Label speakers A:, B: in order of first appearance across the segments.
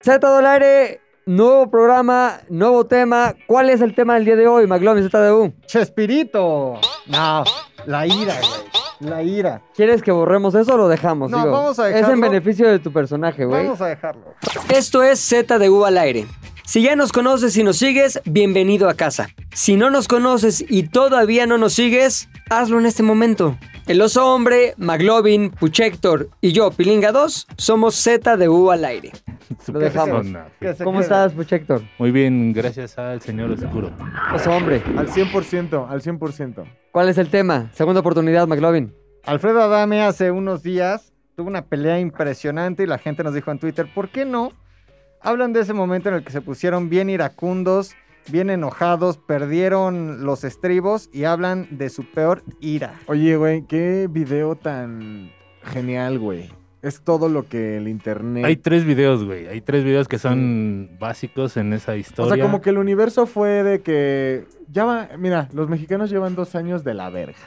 A: Z Dolare, nuevo programa, nuevo tema. ¿Cuál es el tema del día de hoy, McLovin ZDU?
B: Chespirito. No, la ira, güey. La ira.
A: ¿Quieres que borremos eso o lo dejamos?
B: No, vamos a
A: Es en
B: dejarlo.
A: beneficio de tu personaje, güey.
B: Vamos a dejarlo.
C: Esto es ZDU al aire. Si ya nos conoces y nos sigues, bienvenido a casa. Si no nos conoces y todavía no nos sigues, hazlo en este momento. El oso hombre, Maglovin, Puchector y yo, Pilinga 2, somos ZDU al aire.
A: Lo dejamos.
D: persona.
B: Que se
A: ¿Cómo
B: quede.
A: estás, Puchector?
D: Muy bien, gracias al señor oscuro.
A: Oso hombre.
E: Al 100%, al 100%.
A: ¿Cuál es el tema? Segunda oportunidad, McLovin.
B: Alfredo Adame hace unos días tuvo una pelea impresionante y la gente nos dijo en Twitter, ¿por qué no? Hablan de ese momento en el que se pusieron bien iracundos, bien enojados, perdieron los estribos y hablan de su peor ira.
E: Oye, güey, qué video tan genial, güey. Es todo lo que el internet...
D: Hay tres videos, güey. Hay tres videos que son básicos en esa
E: o
D: historia.
E: sea, como que el universo fue de que... Ya va- mira, los mexicanos llevan dos años de la verga.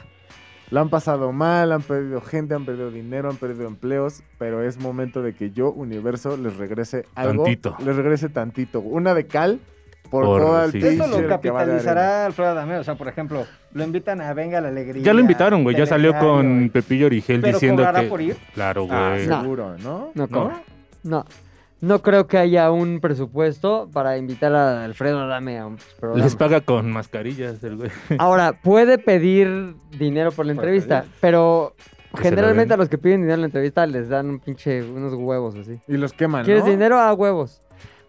E: La han pasado mal, han perdido gente, han perdido dinero, han perdido empleos, pero es momento de que yo, universo, les regrese algo.
D: Tantito.
E: Les regrese tantito. Una de cal por,
D: Por-
E: todo el
D: sí.
E: pinche
B: Esto lo
D: Sí,
E: que va de arena.
B: capitalizará Alfredo Adame, o sea, por ejemplo, lo invitan a Venga la Alegría.
D: Ya lo invitaron, güey. Ya salió con
B: Telegario,
D: Pepillo Origel
B: ¿Pero
D: diciendo
B: cobrará
D: que.
B: por ir?
D: Claro,
E: Ah,
D: güey.
A: No.
E: seguro, ¿no?
A: No cobra. No. No creo que haya un presupuesto para invitar a Alfredo Adame a un programa.
D: Les paga con mascarillas el güey.
A: Ahora, puede pedir dinero por la
B: Puede
A: entrevista,
B: pedir.
A: pero
D: se la
A: generalmente
D: den.
A: a los que piden dinero en la entrevista les dan un pinche unos huevos así.
E: Y los queman,
A: ¿Quieres
E: ¿no?
A: dinero? Ah, huevos.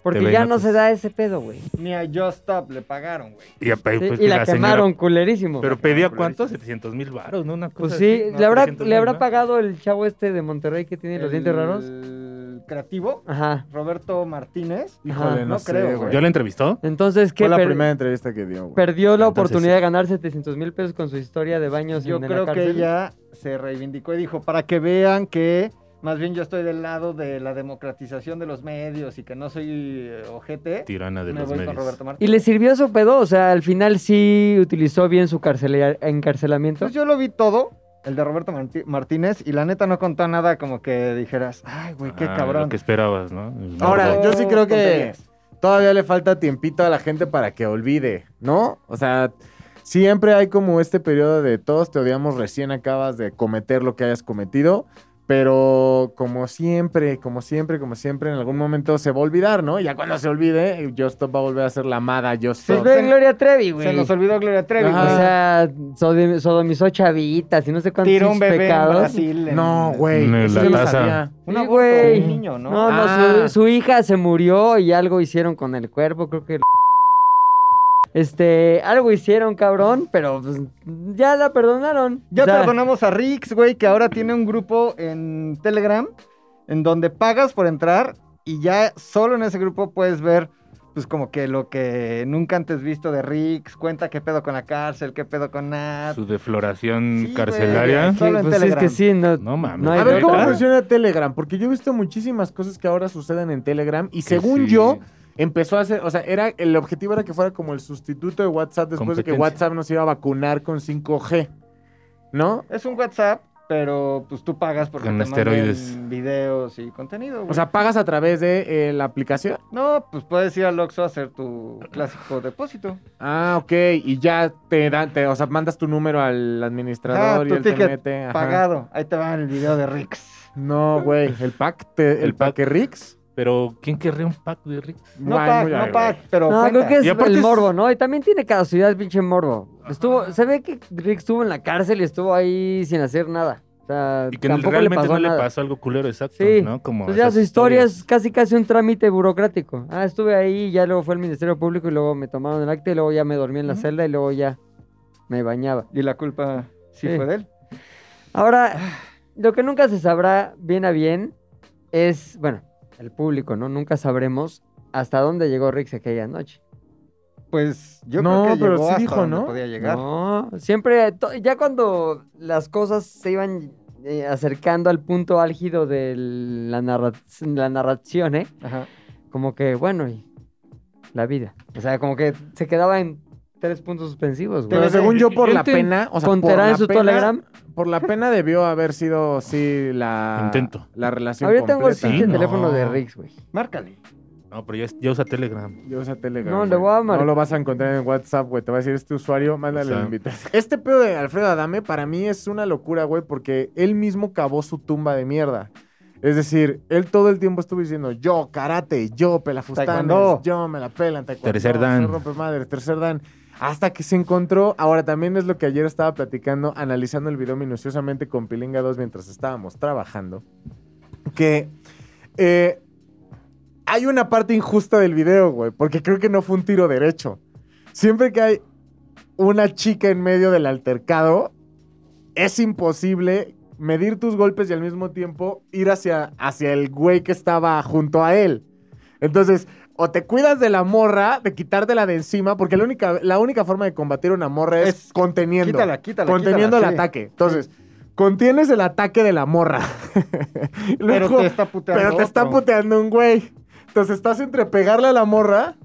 A: Porque
D: ven
A: ya
D: a
A: no
D: tus-
A: se da ese pedo, güey.
B: Ni a Just Stop le pagaron, güey.
D: Y, pues,
A: Sí, y pues la, quemaron culerísimo.
D: Pero pedía cuánto? 700 mil varos, ¿no? Una cosa
A: pues sí,
D: así, ¿no?
A: ¿le habrá,
D: 300,000,
A: ¿le habrá
D: ¿no?
A: pagado el chavo este de Monterrey que tiene los dientes
B: El
A: raros?
B: creativo,
A: Ajá.
B: Roberto Martínez.
E: Híjole,
A: Ajá.
E: no,
B: No
E: sé,
B: creo,
E: güey.
D: ¿Ya la entrevistó?
A: Entonces, ¿qué?
E: Fue la
A: per-
E: primera entrevista que dio, güey.
A: Perdió la
D: Entonces,
A: oportunidad
D: sí.
A: de ganar 700 mil pesos con su historia Pues de baños
B: Yo
A: en la
B: creo que
A: cárcel.
B: ella se reivindicó y dijo, para que vean que más bien yo estoy del lado de la democratización de los medios y que no soy eh, ojete,
D: Tirana de
B: me
D: los
B: voy con
D: medios.
B: Roberto Martínez.
A: Y le sirvió su pedo, o sea, al final sí utilizó bien su carcelea- encarcelamiento.
B: Entonces Pues yo lo vi todo, el de Roberto Marti- Martínez, y la neta no contó nada como que dijeras, ay, güey, qué
D: Ah,
B: cabrón.
D: Lo que esperabas, ¿no? El
E: Ahora,
D: morbo.
E: yo sí creo que-
B: Tonterías.
E: Todavía le falta tiempito a la gente para que olvide, ¿no? O sea, siempre hay como este periodo de todos te odiamos, recién acabas de cometer lo que hayas cometido, pero como siempre, como siempre, como siempre, en algún momento se va a olvidar, ¿no? Ya cuando se olvide, Just Stop va a volver a ser la amada Just
A: Pues
E: Stop.
A: ve
B: se-
A: Gloria Trevi, güey.
B: Se nos olvidó Gloria Trevi,
E: Ajá.
A: O
B: güey.
A: sea, sodom- sodomizó chavitas y no sé cuántos
B: tiró un bebé
A: pecados.
B: en Brasil. en-
E: No, güey,
D: En
E: eso
D: la
E: yo lo
D: taza.
E: sabía.
B: Un
A: Sí, pues,
B: aborto,
A: güey.
B: un niño,
A: No,
B: ¿no?
A: no,
E: Ah.
A: su, su hija se murió y algo hicieron con el cuerpo, creo que. Este, algo hicieron, cabrón, pero pues, ya la perdonaron.
B: Ya
A: O sea,
B: perdonamos a Rix, güey, que ahora tiene un grupo en Telegram en donde pagas por entrar y ya solo en ese grupo puedes ver, pues como que lo que nunca antes visto de Rix, cuenta qué pedo con la cárcel, qué pedo con Nat.
D: Su defloración
B: Sí, güey,
D: carcelaria.
A: que,
B: solo en
A: pues, es
B: Telegram.
A: que sí, no.
D: No mames.
A: No hay
E: A ver, ¿cómo
A: ¿Neta?
E: funciona Telegram? Porque yo he visto muchísimas cosas que ahora suceden en Telegram y
D: Que
E: según
D: sí.
E: yo, empezó a hacer, o sea, era el objetivo era que fuera como el sustituto de WhatsApp después de que
D: Competencia.
E: WhatsApp nos iba a vacunar con 5G, ¿no?
B: Es un WhatsApp, pero pues tú pagas porque
D: Con
B: te
D: esteroides.
B: mandan videos y contenido, güey.
E: O sea, pagas a través de eh, la aplicación.
B: no, pues puedes ir al Oxxo a hacer tu clásico depósito.
E: Ah, ok, y ya te dan, te, o sea, mandas tu número al administrador
B: Ah,
E: y
B: tu
E: él te
B: ticket
E: mete. ajá.
B: Pagado. Ahí te va el video de Rix.
E: No, güey, el pack, te- el,
D: El pack.
E: paquete Rix.
D: Pero, ¿quién querría un pack de Rick?
A: eh,
B: No
E: Ay,
B: pagas,
E: muy
B: no
E: agre-
B: pagas, pero
A: No,
B: cuenta.
A: creo que es
D: Y aparte
A: el
D: es- Ah.
A: morbo, ¿no? Y también tiene caducidad, pinche morbo. Estuvo, se ve que Rick estuvo en la cárcel y estuvo ahí sin hacer nada. O sea,
D: Y que
A: tampoco
D: realmente
A: le pasó
D: no
A: nada.
D: le pasó algo culero, exacto,
A: Sí.
D: ¿no? Como
A: Pues ya
D: esas
A: su historia
D: historias.
A: es casi casi un trámite burocrático. Ah, estuve ahí, ya luego fue al Ministerio Público y luego me tomaron el acta y luego ya me dormí en la
B: Ujú.
A: celda y luego ya me bañaba.
B: Y la culpa sí,
A: Sí.
B: fue de él.
A: Ahora, lo que nunca se sabrá bien a bien es, bueno, el público, ¿no? Nunca sabremos hasta dónde llegó Rix aquella noche.
B: Pues yo
E: No,
B: creo que
E: pero
B: llegó
E: sí
B: hasta
E: dijo,
B: donde
E: ¿no?
B: podía llegar.
A: No, siempre, to- ya cuando las cosas se iban eh, acercando al punto álgido de la, narra- la narración, ¿eh?
B: Ajá.
A: como que, bueno, y la vida. O sea, como que se quedaba en tres puntos suspensivos, güey.
E: Pero
B: Pero
E: según
D: ve,
E: yo,
D: yo-
E: por
D: yo
E: la
D: entiendo.
E: pena, o sea, por
A: Contará
E: la
A: en su
E: pena-
A: Telegram.
E: Por la pena debió haber sido, sí, la...
D: Intento.
E: La relación
A: Ahorita tengo el
E: completa.
A: pinche
D: Sí, no.
A: teléfono de Rix, güey.
B: Márcale.
D: No, pero ya, ya usa Telegram.
E: Yo uso Telegram.
A: No, le
E: güey.
A: voy a marcar.
E: No lo vas a encontrar en WhatsApp, güey. Te va a decir, este usuario, mándale
D: O sea.
E: la invitación. Este pedo de Alfredo Adame para mí es una locura, güey, porque él mismo cavó su tumba de mierda. Es decir, él todo el tiempo estuvo diciendo, yo, karate, yo, pelafustanes,
B: Taekwondo.
E: yo, me la pelan, taekwondo,
D: Tercer dan.
E: soy rompemadre, tercer dan. Hasta que se encontró, ahora también es lo que ayer estaba platicando, analizando el video minuciosamente con Pilinga 2 mientras estábamos trabajando, que eh, hay una parte injusta del video, güey, porque creo que no fue un tiro derecho. Siempre que hay una chica en medio del altercado, es imposible medir tus golpes y al mismo tiempo ir hacia, hacia el güey que estaba junto a él. Entonces, o te cuidas de la morra, de quitártela de encima, porque la única, la única forma de combatir una morra es,
B: Es-
E: conteniendo.
B: Quítala, quítala.
E: conteniendo
B: quítala, sí.
E: el ataque. Entonces, contienes el ataque de la morra.
B: Pero
E: Luego-
B: te está puteando.
E: pero te está
B: otro.
E: puteando un güey. Entonces estás entre pegarle a la morra,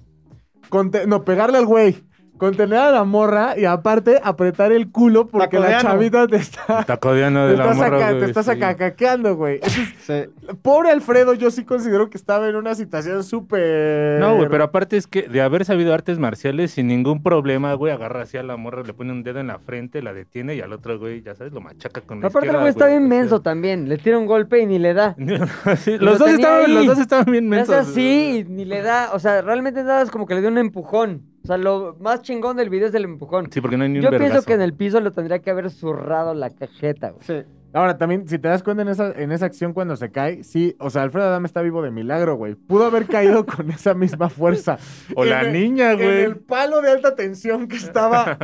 E: conte- no, pegarle al güey, contener a la morra y aparte apretar el culo porque la
B: Tacodeano.
E: chavita te está,
D: Está codeando
E: te
D: de la
E: está,
D: morra,
E: saca-
D: güey,
E: te está
D: sí.
E: sacacaqueando, güey. Entonces,
B: Sí.
E: pobre Alfredo, yo sí considero que estaba en una situación súper...
D: No,
A: eh.
D: güey, pero aparte es que de haber sabido artes marciales sin ningún problema, güey, agarra así a la morra, le pone un dedo en la frente, la detiene y al otro, güey, ya sabes, lo machaca con la
A: Aparte, el
D: izquierda,
A: güey está bien
D: o sea.
A: menso también. Le tira un golpe y ni le da.
D: Sí,
A: Lo
D: los, dos
A: tenía
D: estaban,
A: ahí.
D: los dos estaban bien
A: Le hace
D: mensos.
A: así y ni le da. O sea, realmente nada es como que le dio un empujón. O sea, lo más chingón del video es el empujón.
D: Sí, porque no hay ni un
A: Yo pienso
D: vergazo.
A: que en el piso lo tendría que haber zurrado la cajeta, güey.
B: Sí.
E: Ahora, también, si te das cuenta en esa, en esa acción cuando se cae, sí, o sea, Alfredo Adame está vivo de milagro, güey. Pudo haber caído con esa misma fuerza.
D: O la
E: en el-
D: niña,
E: en
D: güey.
E: el palo de alta tensión que estaba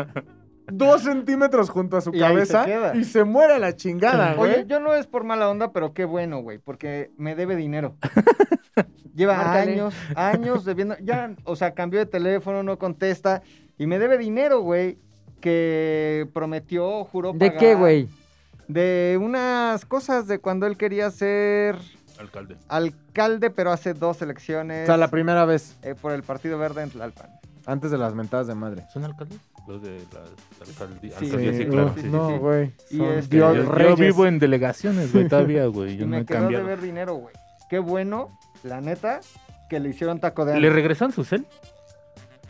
E: dos centímetros junto a su
B: Y ahí
E: cabeza
B: se queda.
E: y se muere a la chingada,
B: Oye,
E: güey.
B: yo no es por mala onda, pero qué bueno, güey, porque me debe dinero. Lleva
A: Márcale.
B: años, años debiendo. Ya, o sea, cambió de teléfono, no contesta. Y me debe dinero, güey, que prometió, juró
A: ¿De
B: pagar.
A: qué, güey?
B: De unas cosas de cuando él quería ser
D: Alcalde.
B: alcalde, pero hace dos elecciones.
E: O sea, la primera vez,
B: eh, por el Partido Verde en Tlalpan.
E: antes de las mentadas de madre.
D: ¿Son alcaldes? Los de las alcaldías.
B: Sí,
D: alcaldías, sí,
B: sí,
D: claro.
B: sí,
D: sí, sí,
E: no,
D: sí.
E: güey.
B: Y
E: Son
B: este-
D: Yo,
E: dios
D: yo
E: reyes.
D: vivo en delegaciones, güey, todavía, güey. Yo
B: y
D: no he
B: me quedó de
D: cambiado.
B: ver dinero, güey. Qué bueno, la neta, que le hicieron taco de ano.
D: ¿Le regresan su cel?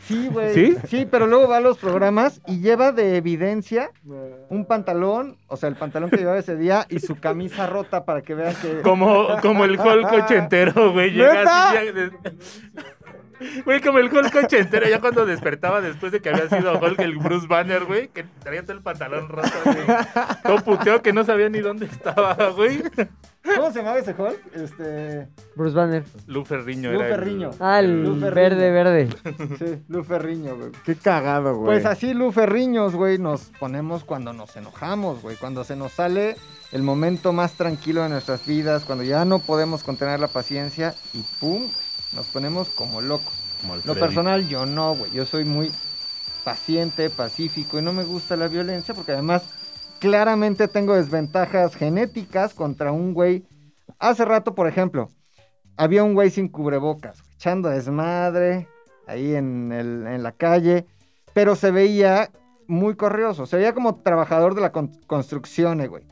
B: Sí, güey.
D: ¿Sí?
B: ¿Sí? pero luego va a los programas y lleva de evidencia un pantalón, o sea, el pantalón que llevaba ese día y su camisa rota para que veas que.
D: Como, como el Hulk ochentero, güey. Llega así, ya de- Güey, como el Hulk ochentero, ya cuando despertaba después de que había sido Hulk el Bruce Banner, güey, que traía todo el pantalón roto, güey. Todo puteo que no sabía ni dónde estaba, güey.
B: ¿Cómo se llamaba ese Hulk? Este.
A: Bruce Banner.
D: Lu Ferriño
B: Lu
D: era el-
B: Ferriño.
A: Ah, el
B: Luz Ferriño.
A: verde, verde.
B: Sí, Lu Ferriño, güey.
E: Qué cagado, güey.
B: Pues así, Lu Ferriños, güey, nos ponemos cuando nos enojamos, güey. Cuando se nos sale el momento más tranquilo de nuestras vidas, cuando ya no podemos contener la paciencia y pum, nos ponemos como locos.
D: Como el
B: Lo
D: Freddy.
B: personal, yo no, güey. Yo soy muy paciente, pacífico y no me gusta la violencia porque además claramente tengo desventajas genéticas contra un güey. Hace rato, por ejemplo, había un güey sin cubrebocas, güey, echando desmadre ahí en, el- en la calle, pero se veía muy corrioso. Se veía como trabajador de la con- construcción, eh, güey.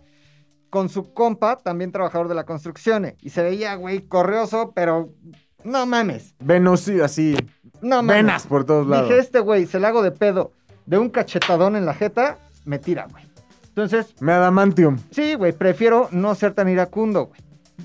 B: Con su compa, también trabajador de la construcción. eh, Y se veía, güey, corrioso, pero no mames.
E: Venos y así,
B: No mames.
E: venas por todos lados.
B: Dije, este güey, se le hago de pedo de un cachetadón en la jeta, me tira, güey. Entonces,
E: Me adamantium.
B: sí, güey, prefiero no ser tan iracundo, güey.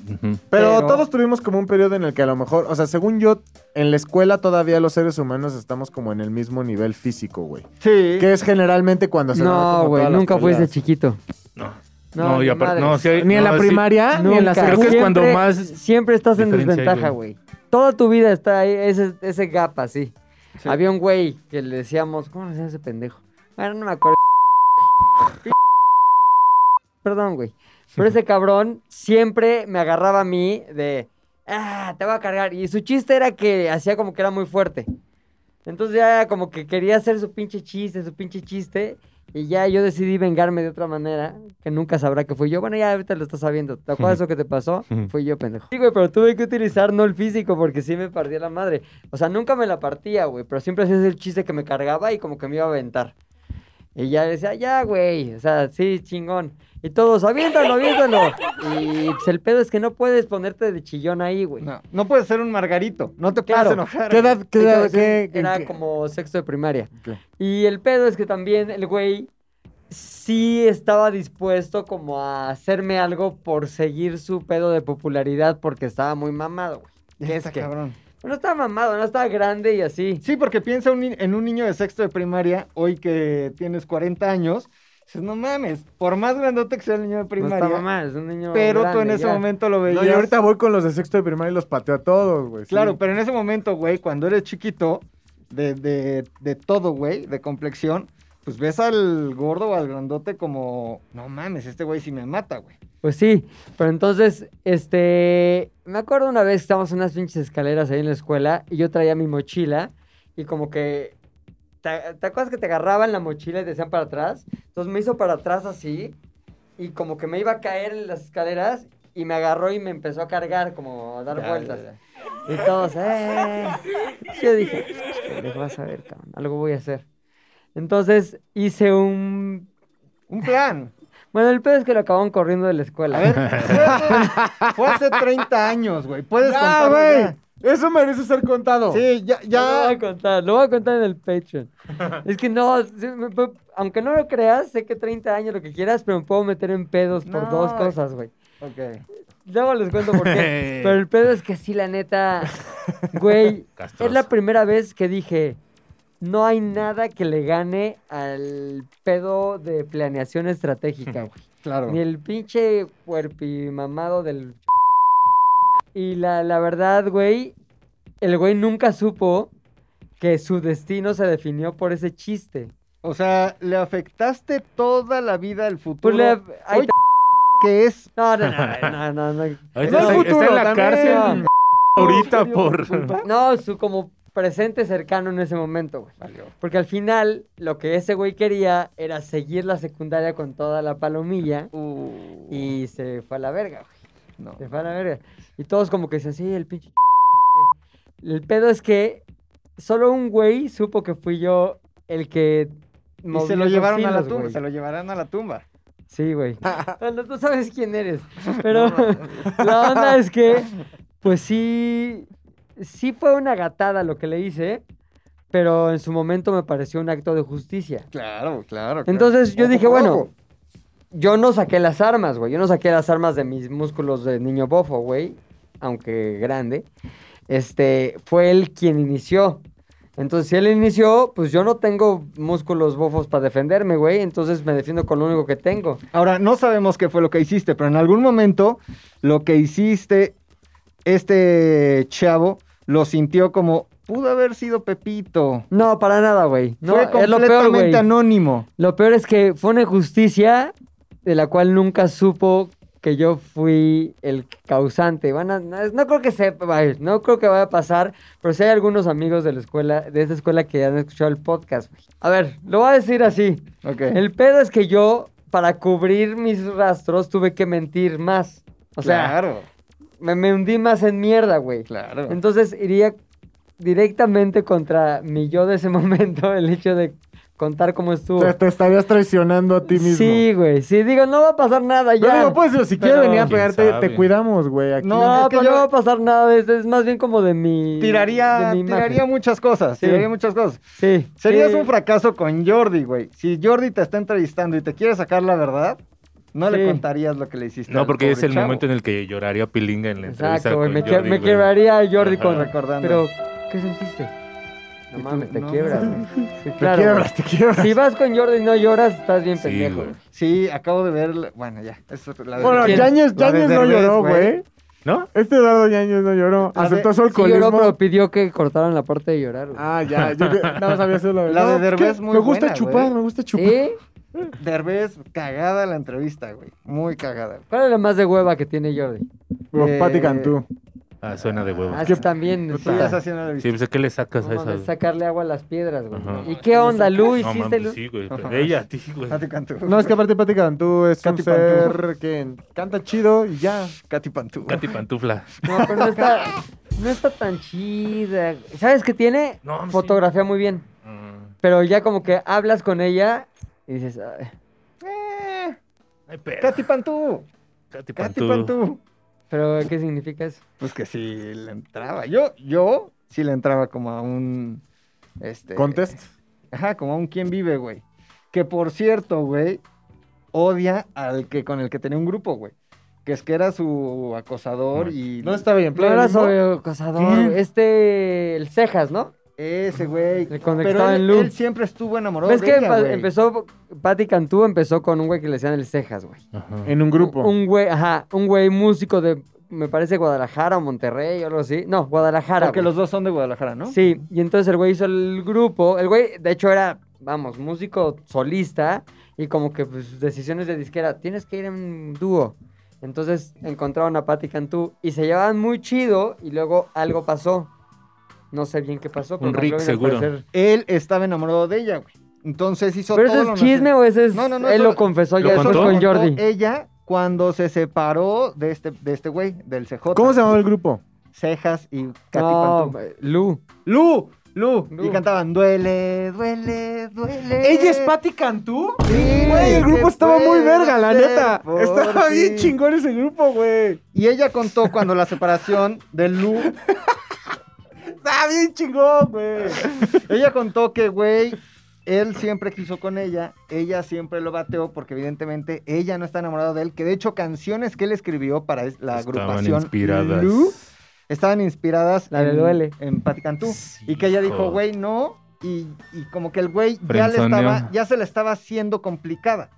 D: Ujú.
E: Pero,
B: Pero-
E: todos tuvimos como un periodo en el que a lo mejor, o sea, según yo, en la escuela todavía los seres humanos estamos como en el mismo nivel físico, güey.
B: Sí.
E: Que es generalmente cuando se dan
A: No,
E: como
A: güey,
E: todas las
A: nunca fuiste
E: peleas.
A: chiquito.
D: No.
A: No,
D: No, y
A: ni
D: aparte,
A: madres.
D: no, sí hay-
E: Ni en
D: no,
E: la
D: sí-
E: primaria, ni en la
A: Nunca.
D: Creo que
E: secundaria.
D: es cuando
A: Siempre-
D: más
A: Siempre estás en
D: diferencia hay,
A: desventaja, güey. Toda tu vida está ahí, ese, ese gap así.
B: Sí.
A: Había un güey que le decíamos, ¿cómo le decían a ese pendejo? Bueno, no me acuerdo. Perdón, güey. Pero ese cabrón siempre me agarraba a mí de, ah, te voy a cargar. Y su chiste era que hacía como que era muy fuerte. Entonces ya como que quería hacer su pinche chiste, su pinche chiste. Y ya yo decidí vengarme de otra manera, que nunca sabrá que fui yo. Bueno, ya ahorita lo estás sabiendo. ¿Te acuerdas eso que te pasó?
D: Ujú.
A: Fui yo, pendejo. Sí, güey, pero tuve que utilizar no el físico porque sí me partía la madre. O sea, nunca me la partía, güey, pero siempre hacías el chiste que me cargaba y como que me iba a aventar. Y ya decía, ya, güey, o sea, sí, chingón. Y todos, aviéntalo, aviéntalo. Y pues, el pedo es que no puedes ponerte de chillón ahí, güey.
B: No, no puedes ser un margarito. No te
A: Claro.
B: puedes enojar.
E: ¿Qué edad? ¿Qué edad?
A: Entonces,
E: ¿Qué- qué-
A: era
E: qué-
A: como sexto de primaria.
E: qué?
A: Y el pedo es que también el güey sí estaba dispuesto como a hacerme algo por seguir su pedo de popularidad porque estaba muy mamado, güey.
B: Ya
A: Es
B: está,
A: que-
B: Este cabrón.
A: No estaba mamado, no estaba grande y así.
B: Sí, porque piensa un ni- en un niño de sexto de primaria, hoy que tienes 40 años, dices, no mames, por más grandote que sea el niño de
A: No
B: primaria,
A: estaba mal, es un niño
B: pero tú en
A: Pues, grande,
B: ese
A: ya.
B: momento lo veías.
E: No, y ahorita voy con los de sexto de primaria y los pateo a todos, güey. sí.
B: Claro, pero en ese momento, güey, cuando eres chiquito, de, de, de todo, güey, de complexión, pues ves al gordo o al grandote como, no mames, este güey sí me mata, güey.
A: Pues sí, pero entonces, este, me acuerdo una vez que estábamos en unas pinches escaleras ahí en la escuela y yo traía mi mochila y como que, ¿te, te acuerdas que te agarraban la mochila y te decían para atrás? Entonces me hizo para atrás así y como que me iba a caer en las escaleras y me agarró y me empezó a cargar, como a dar
B: Ya,
A: vueltas.
B: ya,
A: Y todos, ¡eh! Yo dije, les vas a ver, cabrón, algo voy a hacer. Entonces hice un...
B: Un plan.
A: Bueno, el pedo es que lo acababan corriendo de la escuela.
B: A ver, fue hace, fue hace 30 años, güey. Puedes
E: ¡Ya,
B: contarlo
E: güey!
B: ya.
E: Eso merece ser contado.
B: Sí, ya,
A: No lo voy
B: ya.
A: a contar, lo voy a contar en el Patreon. es que no, sí, me puedo- aunque no lo creas, sé que 30 años, lo que quieras, pero me puedo meter en pedos por
B: No.
A: dos cosas, güey.
B: Ok.
A: Luego les cuento por qué. pero el pedo es que sí, la neta, güey, es
D: Castroso.
A: la primera vez que dije, no hay nada que le gane al pedo de planeación estratégica, güey.
B: Claro.
A: Ni el pinche mamado del. Y la, la verdad, güey, el güey nunca supo que su destino se definió por ese chiste.
B: O sea, le afectaste toda la vida al futuro.
A: Pues le- ahí
B: Hoy, que es
A: No, no, no, no, no, no.
D: Ahorita
A: No,
D: está,
B: futuro
D: está en la
B: también.
D: cárcel ahorita por...
A: No, su como presente cercano en ese momento, güey. Porque al final, lo que ese güey quería era seguir la secundaria con toda la palomilla
B: Uh,
A: y se fue a la verga, güey.
B: no.
A: Se fue a la verga. Y todos como que dicen, sí, el pinche... El pedo es que solo un güey supo que fui yo el que...
B: Y
A: movió
B: se lo
A: esos
B: llevaron a la
A: hilos,
B: tumba,
A: güey.
B: se lo llevarán a la tumba.
A: Sí, güey. Bueno, tú sabes quién eres. Pero la onda es que, pues sí, sí fue una gatada lo que le hice, pero en su momento me pareció un acto de justicia.
B: Claro, claro.
A: Entonces yo
B: Ojo
A: dije,
B: por
A: bueno,
B: ojo.
A: yo no saqué las armas, güey. Yo no saqué las armas de mis músculos de niño bofo, güey. Aunque grande. Este, fue él quien inició. Entonces, si él inició, pues yo no tengo músculos bofos para defenderme, güey. Entonces me defiendo con lo único que tengo.
B: Ahora, no sabemos qué fue lo que hiciste, pero en algún momento lo que hiciste, este chavo lo sintió como, pudo haber sido Pepito.
A: No, para nada, güey. No,
B: fue
A: es lo
B: completamente
A: peor, güey.
B: anónimo.
A: Lo peor es que fue una injusticia de la cual nunca supo que yo fui el causante. Van a- no, no creo que sepa, vaya, no creo que vaya a pasar, pero sí hay algunos amigos de la escuela, de esta escuela que ya han escuchado el podcast. güey. A ver, lo voy a decir así.
B: Ok.
A: El pedo es que yo, para cubrir mis rastros, tuve que mentir más. O sea,
B: claro,
A: me, me hundí más en mierda, güey.
B: claro.
A: Entonces iría directamente contra mi yo de ese momento, el hecho de contar cómo estuvo.
E: O sea, te estarías traicionando a ti mismo.
A: Sí, güey. Sí, digo, no va a pasar nada
E: Pero
A: ya.
E: digo, pues, si
A: Pero-
E: quieres venir a
D: ¿Quién
E: pegarte,
D: sabe?
E: te cuidamos, güey. Aquí.
A: no,
B: es que
A: pero
B: yo-
A: no va a pasar nada. de esto, Es, más bien como de mi.
B: tiraría,
A: de mi imagen.
B: tiraría muchas cosas,
A: Sí.
B: tiraría muchas cosas.
A: Sí.
B: Serías
A: sí,
B: un fracaso con Jordi, güey. Si Jordi te está entrevistando y te quiere sacar la verdad, no
A: Sí.
B: le contarías lo que le hiciste.
D: No,
B: al
D: porque es
B: pobre
D: el
B: chavo.
D: momento en el que lloraría Pilinga en la entrevista
A: Exacto, güey.
D: con
A: Me, que-
D: Jordi,
A: me
D: güey.
A: quebraría a Jordi
D: Ajá.
A: con
B: Recordando.
A: Pero, ¿qué sentiste? No
B: Y tú,
A: mames, te
B: no,
A: quiebras,
B: no.
A: güey. Sí,
E: Te
A: claro.
E: quiebras, te quiebras.
A: Si vas con Jordi y no lloras, estás bien
D: Sí,
A: pendejo.
D: güey.
A: güey.
B: Sí, acabo de ver. la- Bueno, ya. eso es la de-
E: Bueno,
A: ¿Quién?
E: Yañez,
B: La de
E: Yañez no
B: Derbez,
E: lloró,
B: güey.
E: güey.
D: ¿No?
E: Este Eduardo Yañez no lloró.
B: La de-
E: Aceptó su
A: Sí lloró,
E: alcoholismo.
A: pero pidió que cortaran la parte de llorar, güey.
E: Ah, ya. Yo que- nada más había sido la
B: La de
E: No,
B: Derbez
E: ¿qué?
B: muy
E: Me gusta
B: buena,
E: chupar,
B: güey.
E: me gusta chupar.
A: ¿Sí?
B: Derbez, cagada la entrevista, güey. Muy cagada.
A: ¿Cuál es la más de hueva que tiene Jordi?
E: Los
B: Eh,
E: Pati Cantú.
D: Ah, suena de huevo.
A: Ah, sí, también.
B: Sí,
A: está-
B: esa sí no la he visto.
D: Sí, pues, ¿qué le sacas a
A: No mames,
D: esa?
A: sacarle agua a las piedras, güey.
D: Ajá.
A: ¿Y qué onda, Lu?
D: No,
A: ¿Hiciste Lu?
D: mames, sí, güey. pero Ella, a ti, güey.
B: Katy Cantú.
E: No, es que aparte Pati Cantú es
B: Katy
E: un ser que canta chido y ya.
B: Katy Pantú.
D: Katy Pantufla.
A: No, pero no está, no está tan chida. ¿Sabes qué tiene?
D: No, sí.
A: Fotografía muy bien.
D: Mm.
A: Pero ya como que hablas con ella Y dices, "Ay,
B: Eh,
D: Ay, pero.
B: Katy Pantú.
D: Katy
B: Katy
D: Pantú.
B: Pantú.
A: ¿pero qué significa eso?
B: Pues que sí le entraba. Yo, yo sí le entraba como a un. Este,
E: Contest.
B: Ajá, como a un quién vive, güey. Que por cierto, güey, odia al que con el que tenía un grupo, güey. Que es que era su acosador y.
E: No estaba bien.
A: No
E: Playa
A: era
E: Limbo.
A: sobre acosador,
B: ¿Quién?
A: güey. Este, el Cejas, ¿no?
B: Ese, güey.
A: El con el que
B: Pero
A: estaba
B: él,
A: en Loop.
B: él siempre estuvo enamorado
A: ¿Ves
B: de
A: que
B: ella,
A: pa-
B: güey.
A: empezó, Patti Cantú empezó con un güey que le decían el Cejas, güey?
D: Ajá.
E: En un grupo.
A: Un güey, ajá, un güey músico de, me parece, Guadalajara o Monterrey o algo así. No, Guadalajara.
B: Porque
A: ah, güey.
B: los dos son de Guadalajara, ¿no?
A: Sí, y entonces el güey hizo el grupo. El güey, de hecho, era, vamos, músico solista. Y como que, pues, decisiones de disquera. Tienes que ir en dúo. Entonces encontraron a Patti Cantú y se llevaban muy chido. Y luego algo pasó. No sé bien qué pasó. Pero
D: Un Rick,
A: McLovin, al
D: seguro.
A: parecer-
B: Él estaba enamorado de ella, güey. Entonces hizo
A: ¿Pero
B: todo
A: eso
B: lo
A: es chisme
B: necesario.
A: o eso es.?
B: No, no, no,
A: Él
B: eso-
A: lo confesó
D: ¿Lo
A: ya después
D: contó?
A: con Jordi.
B: Ella cuando se separó de este, de este güey, del CJ.
E: ¿Cómo se llamaba el grupo?
B: Cejas y Katy
A: No,
B: Pantú.
A: Lu.
B: Lu, Lu.
A: Lu.
B: Y cantaban Duele, duele, duele.
E: ¿Ella es Patti Cantú?
B: Sí,
E: Güey, el grupo
B: ¿qué
E: estaba muy
B: puedo
E: verga, la
B: hacer
E: neta.
B: por
E: Estaba
B: ti?
E: bien chingón ese grupo, güey.
B: Y ella contó cuando la separación de Lu.
E: Estaba bien chingón, güey.
B: Ella contó que, güey, él siempre quiso con ella. Ella siempre lo bateó porque, evidentemente, ella no está enamorada de él. Que de hecho, canciones que él escribió para es- la
D: Estaban
B: agrupación
D: inspiradas.
B: Lu estaban inspiradas
A: La de
B: en,
A: Duele.
B: en Pati Cantú.
D: Sí,
B: Y que ella dijo,
D: hijo.
B: güey, no. Y, y como que el güey ya, le
D: Frenzoneó.
B: estaba, ya se le estaba haciendo complicada.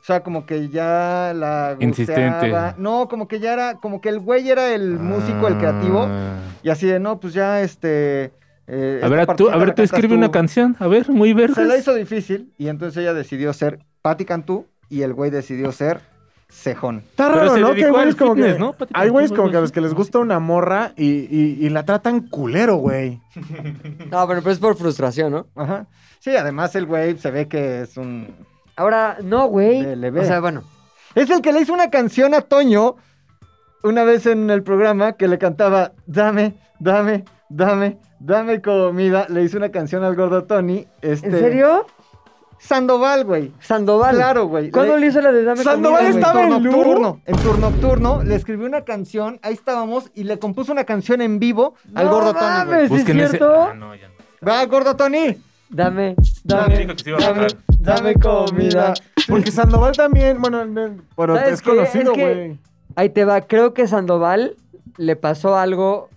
B: O sea, como que ya la gusteaba.
D: Insistente.
B: No, como que ya era, como que el güey era el músico, el creativo.
D: Ah.
B: Y así de, no, pues ya, este... eh,
D: A ver,
B: esta
D: tú,
B: partecita
D: a ver,
B: la
D: tú
B: cantas tú.
D: escribe una canción. A ver, muy vergas.
B: Se la hizo difícil y entonces ella decidió ser Patti Cantú y el güey decidió ser Cejón.
E: Está
D: Pero
E: raro,
D: se
E: ¿no? Que
D: dedicó al
E: hay güeyes como
D: fitness,
E: que.
D: ¿no? Pati
E: Hay güeyes
D: Cantú,
E: como que a
D: algo
E: los que
D: así.
E: les gusta una morra y, y- y la tratan culero, güey.
A: No, pero, pero es por frustración, ¿no?
B: Ajá. Sí, además el güey se ve que es un...
A: Ahora, no, güey.
B: De leve.
A: O sea, bueno.
B: Es el que le hizo una canción a Toño una vez en el programa que le cantaba Dame, dame, dame, dame comida. Le hizo una canción al gordo Tony. Este,
A: ¿En serio?
B: Sandoval, güey.
A: Sandoval.
B: Claro, güey.
A: ¿Cuándo
B: Le-
A: le hizo la de Dame
E: Sandoval
A: comida, güey?
E: estaba en Lu.
B: turno, en turno nocturno, le escribió una canción, ahí estábamos, y le compuso una canción en vivo al
A: No
B: gordo Tony. güey.
A: mames, ¿sí
D: Busquen
A: ¿es
D: ese-
A: cierto?
D: Ah, no, ya no.
B: Va, gordo Tony.
A: Dame,
D: Me
A: dame,
D: dijo que se iba a
A: dame,
D: bajar.
A: dame
E: Oh,
A: comida.
E: Porque Sandoval también, bueno, no- bueno
A: ¿Sabes
E: es
A: qué?
E: conocido,
A: Es que-
E: güey.
A: Ahí te va. Creo que Sandoval le pasó algo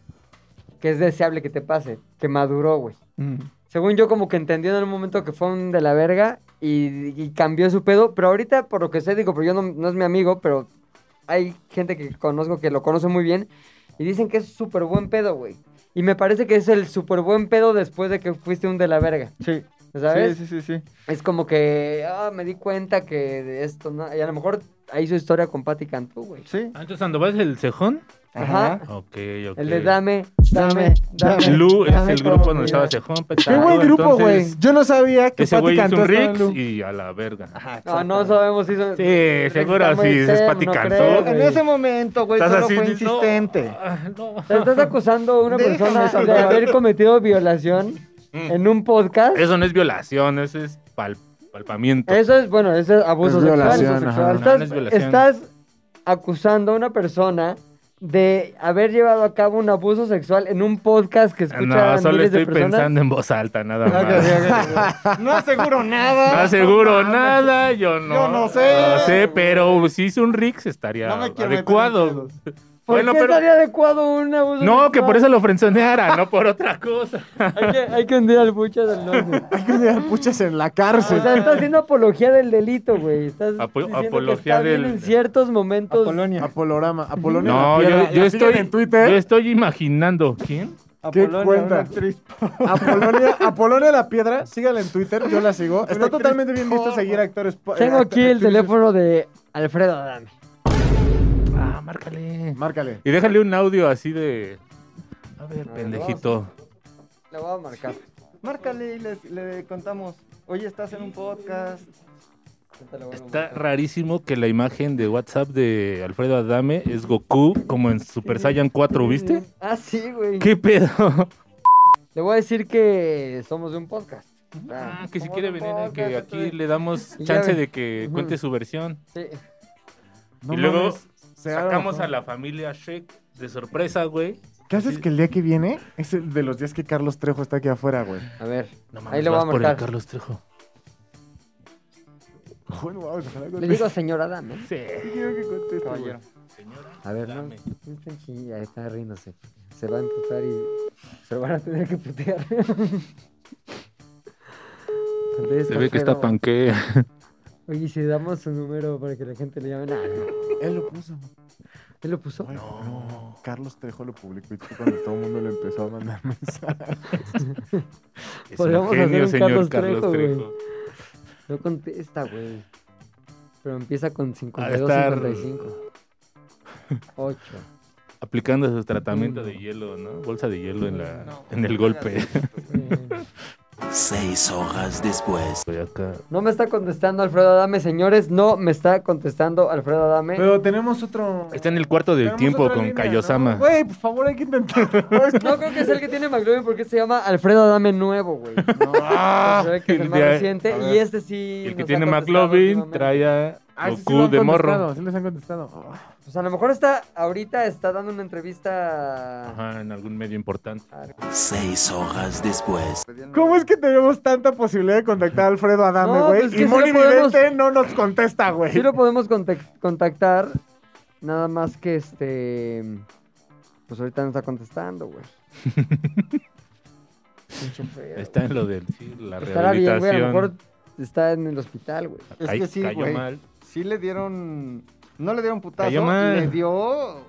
A: que es deseable que te pase. Que maduró, güey. Según yo, como que entendió en un momento que fue un de la verga y, y cambió su pedo. Pero ahorita, por lo que sé, digo, pero yo no, no es mi amigo, pero hay gente que conozco que lo conoce muy bien y dicen que es súper buen pedo, güey. Y me parece que es el súper buen pedo después de que fuiste un de la verga,
B: Sí,
A: ¿sabes?
B: sí, sí, sí.
A: Es como que, ah, me di cuenta que de esto, ¿no? Y a lo mejor ahí su historia con Patti Cantú, güey.
B: Sí.
D: Ah, entonces Sandoval es el cejón.
A: Ajá.
B: Ajá.
D: Ok, ok.
A: El de dame, dame,
B: Dame,
A: dame.
D: Lu es
A: dame
D: el grupo
A: comida.
D: donde estaba cejón.
E: Qué buen grupo, güey. Yo no sabía que
D: Ese
E: Pati
D: güey es
E: Cantú
D: un
E: estaba en
D: Rix
E: Lu.
D: y a la verga.
B: Ajá,
A: No, Ah, no
B: exacto.
A: sabemos si son...
D: Sí, seguro
A: está muy
D: sí, es
A: externo,
D: Pati
A: no
D: Cantú,
A: creo,
B: En
A: güey.
B: ese momento, güey,
D: Estás
B: solo
D: así,
B: fue
D: no,
B: insistente.
D: ah, no.
A: O sea, estás acusando a una
B: Déjame
A: persona de
B: salvar.
A: haber cometido violación
D: Mm.
A: en un podcast.
D: Eso no es violación, eso es pal- palpamiento.
A: Eso es, bueno, eso es abuso
E: Es
A: sexual.
E: violación,
A: abuso
E: ajá.
A: sexual.
D: No, no es
A: Estás,
D: violación.
A: estás acusando a una persona de haber llevado a cabo un abuso sexual en un podcast que escucha
D: Ah, no, solo
A: miles de
D: estoy
A: personas.
D: pensando en voz alta, nada más.
B: No aseguro nada.
D: No aseguro nada, yo no.
B: Yo no sé.
D: No sé, pero si hizo un Rix estaría
B: No me quiero meter en
D: adecuado.
B: pedos.
A: ¿Por
D: Bueno,
A: qué
D: pero-
A: estaría adecuado un abuso
D: No, que
A: sexual?
D: por eso lo frenzoneara, no por otra cosa.
A: Hay que, hay que hundir al bucha del norte.
E: Hay que tener puchas en la
A: Ah, O
E: cárcel.
A: sea, estás haciendo apología del delito, güey. Estás
D: Ah, pues Apo-
A: diciendo que
D: apología
A: está bien
D: del-
A: en ciertos momentos.
B: Apolonia.
E: Apolorama. Apolonia.
D: No,
E: la
D: yo,
E: piedra.
D: yo
E: ¿La siguen
D: estoy
E: en Twitter.
D: Yo estoy imaginando. ¿Quién?
E: ¿Qué
B: Apolonia,
E: cuenta?
B: una actriz.
E: Apolonia, Apolonia la Piedra, sígala en Twitter, yo la sigo. Está
B: actriz
E: totalmente bien visto
B: porno.
E: seguir actores. po-
A: Tengo
E: eh,
A: aquí el
E: actrices.
A: teléfono de Alfredo Adame.
D: Ah, márcale.
E: Márcale.
D: Y déjale un audio así de. A ver,
A: No,
D: pendejito.
A: Le voy a marcar.
B: Márcale y les- le contamos. Oye, estás en un podcast.
D: Está rarísimo que la imagen de WhatsApp de Alfredo Adame es Goku como en Super Saiyan 4, ¿viste?
A: Ah, sí, güey.
D: ¿Qué pedo?
A: Le voy a decir que somos de un podcast.
D: Ah, que si
E: Como
D: quiere
E: de
D: venir, eh, que
E: podcast,
D: aquí
E: entonces-
D: le damos
A: Ya
D: chance
A: ven.
D: de que cuente su versión.
A: Sí.
E: No
D: y luego
E: mames, se abre
D: sacamos
E: mejor.
D: a la familia Shrek de sorpresa, güey.
E: ¿Qué haces que el día que viene es el de los días que Carlos Trejo está aquí afuera, güey?
A: A ver.
D: No
A: Ahí lo
D: vas
A: voy a
D: por el
A: marcar.
D: Carlos Trejo.
E: Bueno, vamos a hablar con
A: Le digo señor Adam, ¿eh?
D: Sí.
E: Quiero que conteste,
B: Caballero.
E: güey.
D: Señora,
A: A ver, no.
D: dame.
A: no estén ching- Ahí está riéndose. Se va a emputar y se lo van a tener que putear.
D: Se ve que está panque.
A: Oye, ¿y si damos su número para que la gente le llame. Nah, no.
E: Él lo puso.
A: ¿Él lo puso?
E: Güey, no. Carlos Trejo lo publicó y fue cuando todo el mundo le empezó a mandar mensajes.
D: Es
A: Podríamos
D: un
A: hacer
D: genio,
A: un Carlos
D: señor Carlos,
A: Trejo, güey.
D: Trejo.
A: No contesta, güey. Pero empieza con
D: Ha de
A: 52,
D: estar
A: 55. 8.
D: aplicando su tratamiento de
E: Mm.
A: Uno.
D: hielo, ¿no? Bolsa de hielo en, la, en el golpe.
F: Seis horas después.
D: Estoy acá.
A: No me está contestando Alfredo Adame, señores. No me está contestando Alfredo Adame.
E: Pero tenemos otro.
D: Está en el cuarto del
E: Tenemos
D: tiempo
E: otra
D: con
E: línea,
D: Kayosama.
E: ¿no? Güey, por favor, hay que intentarlo. Es que-
A: No creo que sea el que tiene McLovin porque este se llama Alfredo Adame Nuevo, güey.
D: Ah,
A: Creo que es el
D: el
A: más
D: de-
A: reciente.
E: a
A: Y
E: ver.
A: este sí.
D: El
A: nos
D: que
A: ha
D: tiene
A: contestado
D: McLovin
A: últimamente.
D: trae a
E: Ah, sí, sí lo
D: Goku
E: han
D: de morro.
E: contestado, Sí les han contestado. Ah,
A: Pues a lo mejor está. Ahorita está dando una entrevista.
D: Ajá, en algún medio importante.
F: Seis horas después.
E: ¿Cómo es que tenemos tanta posibilidad de contactar a Alfredo Adame,
A: No,
E: güey?
A: pues que
E: y
A: sí
E: Moni
A: lo podemos-
E: Vidente no nos contesta, güey.
A: Sí lo podemos contac- contactar. Nada más que este. Pues ahorita no está contestando, güey. Pinche feo.
D: Está en lo de sí, la
A: Estará bien, güey. A lo mejor
D: rehabilitación.
A: está en el hospital, güey.
B: Es
D: Ay,
B: que sí,
D: cayó
B: güey.
D: mal.
B: Sí le dieron. No le dieron putazo.
D: Cayó mal.
B: Le dio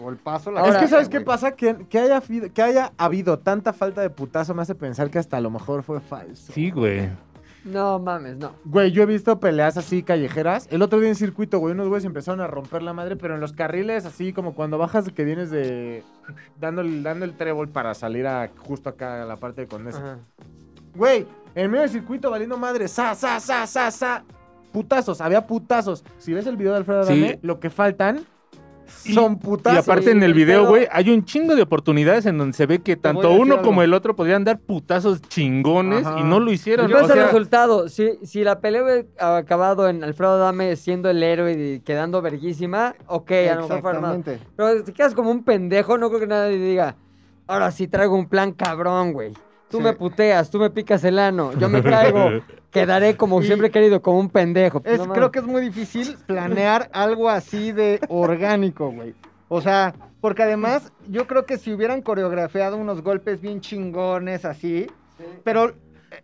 B: golpazo a la
A: Ahora-
E: es que, ¿sabes qué
B: güey.
E: pasa? Que, que, haya, fi- que haya habido tanta falta de putazo me hace pensar que hasta a lo mejor fue falso.
D: Sí, güey.
A: No mames, no.
E: Güey, yo he visto peleas así callejeras. El otro día en circuito, güey, unos güeyes empezaron a romper la madre, pero en los carriles, así como cuando bajas que vienes de. dando el, dando el trébol para salir a justo acá a la parte de Condesa.
A: Ajá.
E: Güey, en medio del circuito valiendo madre, sa, sa, sa, sa, sa. Putazos, había putazos. Si ves el video de Alfredo
D: Sí.
E: Adame, lo que faltan
D: Y-
E: son
D: Y
E: putazos.
D: aparte en el video,
A: pero-
D: güey, hay un chingo de oportunidades en donde se ve que
B: voy a
D: tanto
B: decir
D: uno
B: algo.
D: como el otro podrían dar putazos chingones
E: Ajá.
D: y no lo
A: Y
D: hicieron.
A: cuál
D: o
A: es el
D: sea,
A: resultado. Si, si la pelea hubiera acabado en Alfredo Adame siendo el héroe y quedando verguísima, ok, a lo mejor fue armado.
B: Exactamente.
A: Pero si te quedas como un pendejo, no creo que nadie diga, ahora sí traigo un plan cabrón, güey. Tú
B: Sí.
A: me puteas, tú me picas el ano, yo me caigo, quedaré como
B: Y-
A: siempre he querido, como un pendejo.
B: Es,
A: No mames.
B: creo que es muy difícil planear algo así de orgánico, güey. O sea, porque además yo creo que si hubieran coreografiado unos golpes bien chingones así, pero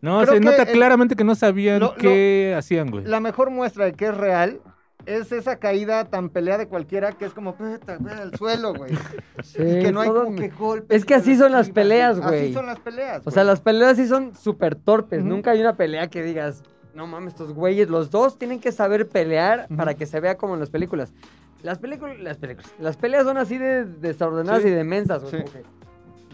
D: no,
B: creo
D: se
B: que
D: nota
B: el-
D: claramente que no sabían
B: lo- lo-
D: qué hacían, güey.
B: la mejor muestra de que es real es esa caída tan pelea de cualquiera que es como puta, güey, al suelo, güey.
A: Sí,
B: Y que no hay
A: todo
B: como
A: me-
B: que golpes.
A: Es que así son las peleas, güey.
B: Así son las peleas.
A: O sea,
B: güey.
A: las peleas sí son súper torpes.
B: Ujú.
A: Nunca hay una pelea que digas, no mames, estos güeyes, los dos tienen que saber pelear para que se vea como en las películas. Las películas, las películas, las peleas son así de desordenadas
B: Sí.
A: y de mensas, güey.
B: Sí.
A: como que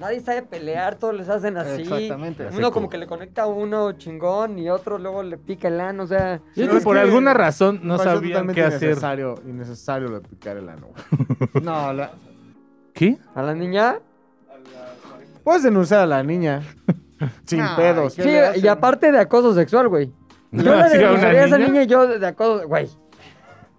A: Nadie sabe pelear, todos les hacen así.
B: Exactamente.
D: Así.
A: Uno como que le conecta a uno chingón y otro luego le pica el ano, o sea...
D: Yo
E: Sí,
D: creo que
E: es
D: por
E: que
D: alguna razón no
E: Me pareció
D: sabían
E: totalmente
D: qué hacer.
E: Innecesario, innecesario lo de picar el ano. güey.
B: No, la-
D: ¿Qué?
A: A la niña...
E: Puedes denunciar a la niña. Sin
B: Ay,
E: pedos.
B: ¿Qué
A: Sí,
B: le hacen?
A: y aparte de acoso sexual, güey. Yo
D: ¿No
A: la
D: hacía una
A: denunciaría a esa
D: niña?
A: niña y yo de acoso... Güey,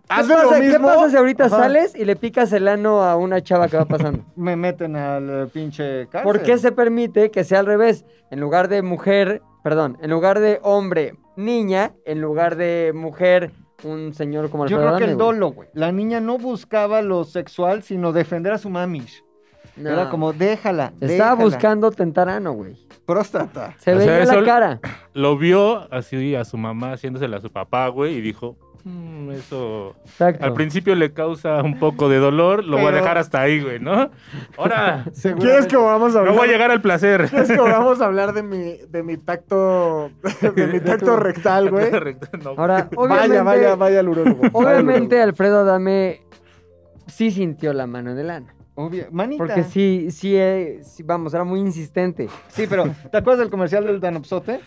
E: Hazle
A: pasa-
E: lo
A: ¿Qué
E: mismo.
A: pasa si ahorita
E: Ajá.
A: sales y le picas el ano a una chava que va pasando?
B: me meten al eh, pinche cárcel.
A: ¿Por qué se permite que sea al revés? En lugar de mujer, perdón, en lugar de hombre, niña, en lugar de mujer, un señor como
B: Yo
A: Alfredo
B: creo que
A: Adame,
B: el
A: güey.
B: dolo, güey. La niña no buscaba lo sexual, sino defender a su mami.
A: No.
B: Era como, déjala.
A: Estaba
B: déjala.
A: buscando tentar ano, güey.
B: próstata.
A: Se
D: O
A: veía
D: sea,
A: en la
D: eso-
A: cara.
D: Lo vio así a su mamá haciéndosela a su papá, güey, y dijo, "Mm, eso
A: Exacto.
D: al principio le causa un poco de dolor, lo voy a
B: Pero-
D: dejar hasta ahí, güey, ¿no? Ahora,
E: ¿Quieres que volvamos a hablar?
D: no voy a llegar al placer.
E: ¿Quieres que volvamos a hablar de mi, de mi tacto, de mi tacto rectal, güey?
D: No,
A: Ahora, obviamente,
E: Vaya, vaya, vaya al urólogo. Vaya al
A: obviamente
E: urólogo.
A: Alfredo Adame sí sintió la mano en el ano.
B: Obvio. Manita.
A: Porque sí, sí, eh, sí, vamos, era muy insistente.
B: Sí, pero ¿te acuerdas del comercial del Danopsote?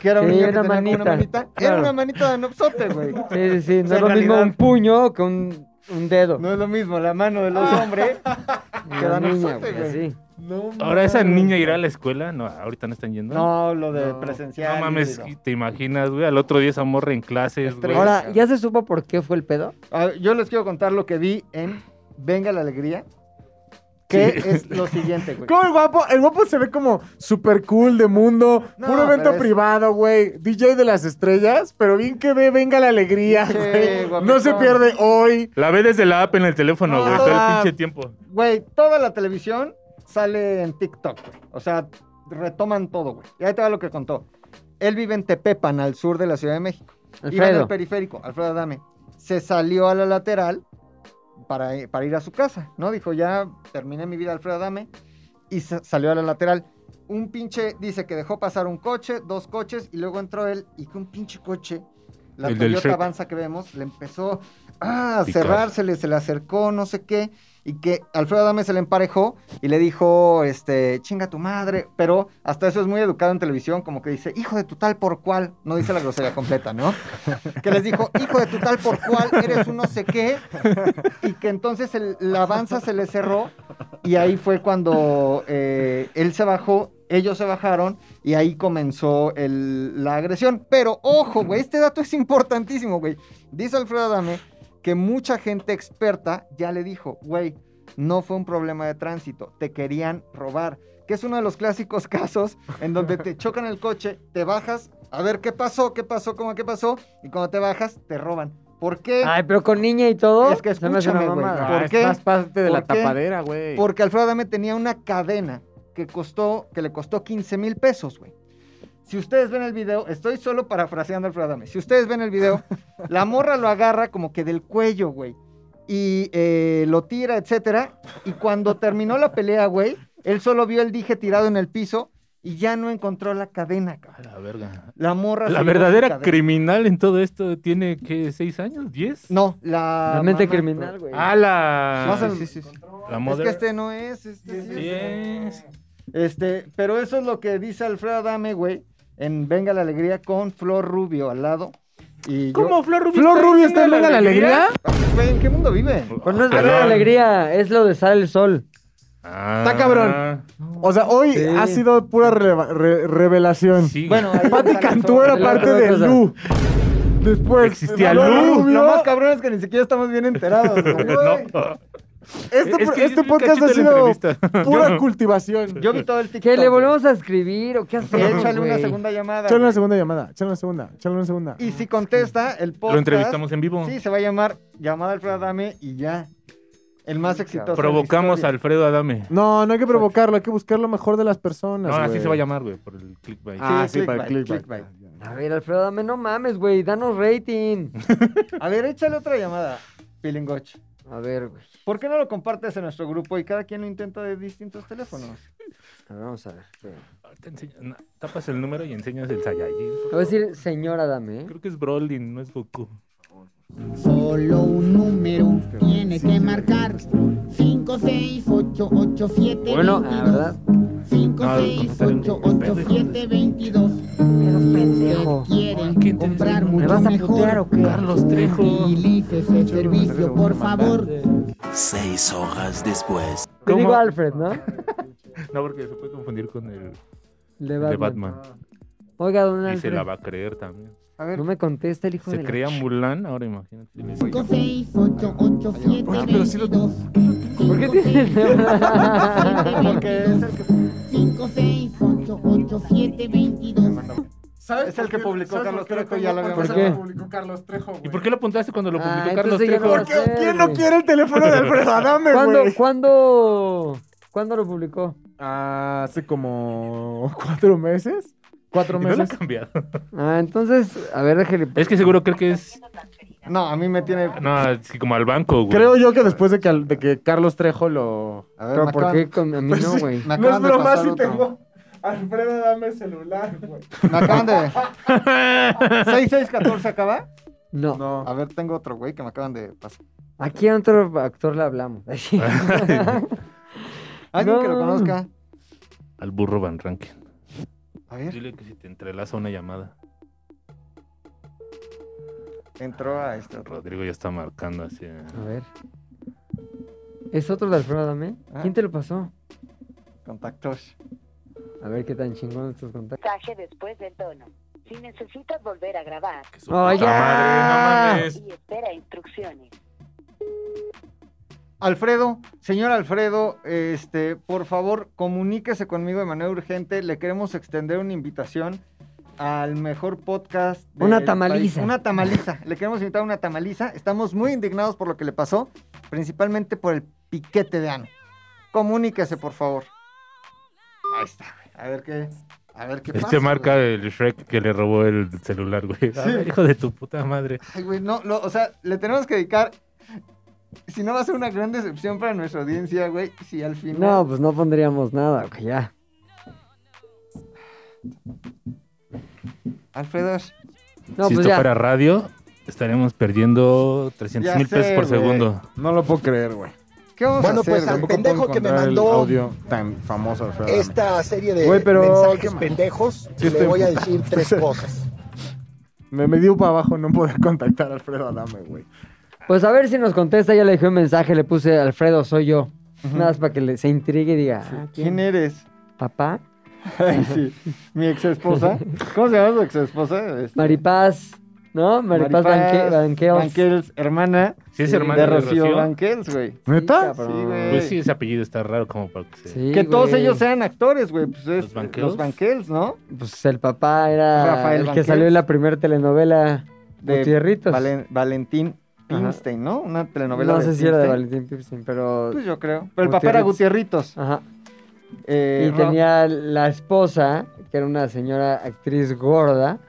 B: Que era un
A: Sí,
B: niño que
A: una
B: tenía como una
A: manita.
B: manita.
A: Claro.
B: Era una manita de Danopsote, güey.
A: Sí, sí, sí, no
B: sea,
A: es lo mismo
B: en realidad-
A: un puño que un un dedo.
B: No es lo mismo la mano de
A: Ah.
B: los hombres.
A: Una
B: que la
A: niña,
B: nosotros,
A: güey,
B: güey.
A: sí.
E: No,
D: Ahora esa
E: mames.
D: niña irá a la escuela. No, ahorita no están yendo.
B: No, lo de
E: No.
B: presencial.
D: No mames,
B: híbrido.
D: te imaginas, güey. Al otro día esa morra en clases, güey.
A: Ahora, ¿ya se supo por qué fue el pedo?
B: Ah, yo les quiero contar lo que vi en Venga la Alegría. Que
D: Sí.
B: es lo siguiente, güey.
E: ¿Cómo el guapo? El guapo se ve como super cool de mundo.
B: No,
E: puro evento
B: pero es-
E: privado, güey. DJ de las estrellas. Pero bien que ve, venga la alegría,
B: Sí,
E: güey. No
B: guapetón.
E: se pierde hoy.
D: La ve desde la app en el teléfono,
B: No,
D: güey. Todo el
B: ah.
D: pinche tiempo.
B: Güey, toda la televisión sale en TikTok, güey. O sea, retoman todo, güey. Y ahí te va lo que contó. Él vive en Tepepan, al sur de la Ciudad de México. Iba en
A: Alfredo.
B: el periférico, Alfredo Adame. Se salió a la lateral para, para ir a su casa, ¿no? Dijo, ya terminé mi vida, Alfredo Adame. Y sa- salió a la lateral. Un pinche, dice que dejó pasar un coche, dos coches, y luego entró él y que un pinche coche, la
D: El del
B: Toyota
D: Shrek.
B: Avanza que vemos, le empezó ah, a
D: Picar.
B: cerrársele, se le acercó, no sé qué, y que Alfredo Adame se le emparejó y le dijo, este, chinga tu madre, pero hasta eso es muy educado en televisión, como que dice, hijo de tu tal por cual, no dice la grosería completa, ¿no? que les dijo, hijo de tu tal por cual, eres un no sé qué, y que entonces el, la avanza se le cerró, y ahí fue cuando eh, él se bajó, ellos se bajaron, y ahí comenzó el- la agresión. Pero ojo, güey, este dato es importantísimo, güey. Dice Alfredo Adame que mucha gente experta ya le dijo, güey, no fue un problema de tránsito, te querían robar. Que es uno de los clásicos casos en donde te chocan el coche, te bajas, a ver qué pasó, qué pasó, cómo qué pasó, y cuando te bajas, te roban. ¿Por qué?
A: Ay, pero con niña y todo.
B: Es que
A: se me hace una
B: escúchame, güey.
A: mamada.
B: Ah, ¿Por
E: Ah, es
B: qué?
E: Más parte de
B: ¿Por
E: la
B: qué?
E: tapadera, güey.
B: Porque Alfredo Adame tenía una cadena que costó, que le costó 15 mil pesos, güey. Si ustedes ven el video, estoy solo parafraseando a Alfredo Adame. Si ustedes ven el video, la morra lo agarra como que del cuello, güey. Y eh, lo tira, etcétera. Y cuando terminó la pelea, güey, él solo vio el dije tirado en el piso y ya no encontró la cadena, cabrón.
D: A la verga.
B: La morra. se
D: La
B: llevó su
D: verdadera
B: cadena.
D: criminal en todo esto tiene, ¿qué? ¿Seis años? ¿Diez?
B: No, la.
A: La mente
B: mamá,
A: criminal, güey.
D: Ah, la...
B: Más al-
D: La
B: Es
D: moder...
B: que este no es. Este sí es.
D: Yes.
B: Este, pero eso es lo que dice Alfredo Adame, güey, en Venga la Alegría con Flor Rubio al lado. Y yo- ah,
D: ¿Cómo? ¿Flor Rubio,
E: ¿Flor Rubio está en Venga la Alegría?
B: Güey, ¿en qué mundo vive?
A: Con una
D: Ah, Perdón.
A: gran alegría es lo de sale el sol.
D: Ah.
E: Está cabrón. O sea, hoy
A: Sí.
E: ha sido pura releva- re- revelación.
D: Sí.
B: Bueno, ahí
E: Pati
B: está
E: Cantú era
A: Del
E: parte
A: otro
E: de
A: cosa.
E: Lu. Después.
D: Existía
E: Flor
D: Lu.
E: Rubio.
B: Lo más cabrón es que ni siquiera estamos bien enterados. güey.
D: No.
E: Este,
D: Es
E: pro-
D: que
E: este
D: yo vi
E: podcast
D: cachito
E: ha
D: la
E: sido
D: entrevista.
E: pura
D: Yo-
E: cultivación.
B: Yo vi todo el TikTok.
A: ¿Qué le
B: güey.
A: volvemos a escribir o qué hacemos?
B: Échale una
A: güey?
B: segunda llamada.
E: Échale una
B: güey.
E: segunda llamada. Échale una segunda. Échale una segunda.
B: Y si contesta, el podcast.
D: Lo entrevistamos en vivo.
B: Sí, se va a llamar Llamada Alfredo Adame y ya. El más exitoso. de la
D: Provocamos a
B: historia.
D: Alfredo Adame.
E: No, no hay que provocarlo, hay que buscar lo mejor de las
D: No,
E: personas.
D: así
E: güey.
D: se va a llamar, güey, por el clickbait.
E: Ah,
B: Sí,
E: sí, para el
B: clickbait,
E: clickbait.
A: A ver, Alfredo, dame, no mames, güey, danos rating.
B: A ver, échale otra llamada, Pilingoch.
A: A ver, güey.
B: ¿Por qué no lo compartes en nuestro grupo y cada quien lo intenta de distintos teléfonos?
A: A ver, vamos a ver. espera.
D: Ahorita enseña- no, tapas el número y enseñas el Saiyajin.
A: Te voy a decir, señora, dame, ¿eh?
D: Creo que es Brolin, no es Goku.
G: Solo un número tiene que marcar 5, 6, 8, 8, 7,
A: Bueno, la verdad.
G: 5,
D: No,
G: 6,
D: está bien.
G: 8, 8, 7, 22
A: Pero pendejo.
G: Quieren comprar
A: ¿Me
G: mucho
A: vas a
G: mejor.
A: putear o qué? Carlos
G: Trejo Utilice ese servicio, por favor
F: Seis hojas después.
A: Te digo
D: ¿Cómo?
A: Alfred, ¿no?
D: No, porque se puede confundir con el
A: El de
D: el
A: Batman.
D: de Batman.
A: Oiga, don
D: Y se
A: Alfred.
D: la va a creer también.
B: A ver,
A: No me contesta el hijo
D: Se
A: de la
D: crea
A: ch-
D: Mulan, ahora imagínate.
G: 5, 6, 8, 8, 7, 22
A: ¿Por qué tiene
B: porque es el que,
G: 5, 6, 8, 8, 7, 22
E: ¿Sabes
B: Es el
E: por
B: que
E: qué-
B: publicó
E: sabes
B: Carlos
E: por qué
B: Trejo, ya lo
E: publicó-
A: habíamos
E: ¿Por qué?
A: hablado.
E: publicó Carlos Trejo, güey?
D: ¿Y por qué lo apuntaste cuando lo
A: Ah,
D: publicó Carlos
A: entonces ya no
D: Trejo?
A: va a
E: ¿Por qué?
A: hacer,
E: ¿Quién no
A: güey?
E: quiere el teléfono de Alfredo Adame,
A: ¿Cuándo,
E: güey?
A: ¿cuándo, ¿Cuándo lo publicó?
E: Ah, hace como cuatro meses. Cuatro
D: Y no lo ha
E: meses.
D: cambiado.
A: Ah, entonces, a ver, déjale.
D: Es que seguro creo que es.
B: no, a mí me tiene...
D: No, es que como al banco, güey.
E: Creo yo que después de que, al- de que Carlos Trejo lo.
B: A ver,
A: Pero
B: me
A: ¿por
B: acaban-
A: qué con a mí
E: Pues
A: no,
E: sí,
A: güey?
B: me acaban de pasar otro.
E: Alfredo Adame celular, güey.
B: Me acaban de... 6, 6, 14 acaba.
A: No.
E: No.
B: A ver, tengo otro, güey, que me acaban de pasar.
A: Aquí a otro actor le hablamos.
B: Alguien que lo
A: No.
B: conozca.
D: Al burro Van Ranken.
B: A ver,
D: Dile que si te entrelaza una llamada.
B: Entró a este otro.
D: Rodrigo ya está marcando así. ¿eh?
A: A ver. ¿Es otro de Alfredo Adame?
B: Ah.
A: ¿Quién te lo pasó?
B: Contactos.
A: A ver qué tan chingón estos contactos.
H: mensaje después del tono. Si necesitas volver a grabar
D: Que su
A: ¡Ay,
D: puta
A: ya!
D: madre, no mames.
H: y espera instrucciones.
B: Alfredo, señor Alfredo, este, por favor, comuníquese conmigo de manera urgente. Le queremos extender una invitación al mejor podcast. del
A: Una tamaliza.
B: país. Una tamaliza. Le queremos invitar a una tamaliza. Estamos muy indignados por lo que le pasó, principalmente por el piquete de ano. Comuníquese, por favor. Ahí está, güey. A ver qué, a ver qué pasa.
D: Este marca el Shrek que le robó el celular, güey. A
B: Sí.
D: ver, hijo de tu puta madre.
B: Ay, güey, no, lo- o sea, le tenemos que dedicar. Si no va a ser una gran decepción para nuestra audiencia, güey. Si al final.
A: No, pues no pondríamos nada, güey, ya.
B: Alfredo.
A: No,
D: si
A: pues
D: esto
A: ya.
D: fuera radio, estaríamos perdiendo 300
B: Ya
D: mil pesos
B: sé,
D: por
B: güey.
D: segundo.
E: No lo puedo creer, güey.
B: ¿Qué vamos
E: Bueno,
B: a hacer?
E: pues
I: pues, al
E: tampoco
I: pendejo
E: puedo
I: que me
E: encontrar el
I: mandó
E: audio tan famoso de Alfredo Adame.
I: Esta serie de
E: Güey, pero- ¿qué
I: mensajes
E: más?
I: pendejos
E: Sí
I: le
E: estoy
I: voy a
E: emputado.
I: decir tres cosas.
E: Me, me dio para abajo no poder contactar a Alfredo Adame, güey.
A: Pues a ver si nos contesta. Ya le dejé un mensaje, le puse Alfredo, soy yo. Nada más para que le- se intrigue y diga, "Ah,
B: ¿Quién eres?
A: ¿papá?
B: Ay, sí. Mi ex esposa. ¿Cómo se llama su Este, ex esposa?
A: Maripaz, ¿no? Maripaz, Banque- Banquels.
B: Banquels, hermana
D: Si es
A: Sí,
D: hermano
B: de
D: de
B: Rocío,
D: Rocío,
B: Banquels, güey.
E: ¿Neta?
A: cabrón.
B: Sí, güey.
D: pues sí, ese apellido está raro como para que se...
A: Sí,
B: Que todos
A: güey.
B: ellos sean actores, güey. Pues es,
D: ¿Los
B: ¿Los
D: Banquels?
B: Banquels? ¿no?
A: Pues el papá era
B: Rafael
A: el que
B: Banquels.
A: salió en la primera telenovela de Gutierritos.
B: Valen- Valentín
A: Ajá.
B: Pimstein, ¿no? Una telenovela
A: No
B: de
A: sé si era de
B: Pimstein.
A: Valentín Pipstein, pero...
B: Pues yo creo. Pero el papá era Gutierritos.
A: Ajá.
B: Eh,
A: Y
B: Ro-
A: tenía la esposa, que era una señora actriz gorda.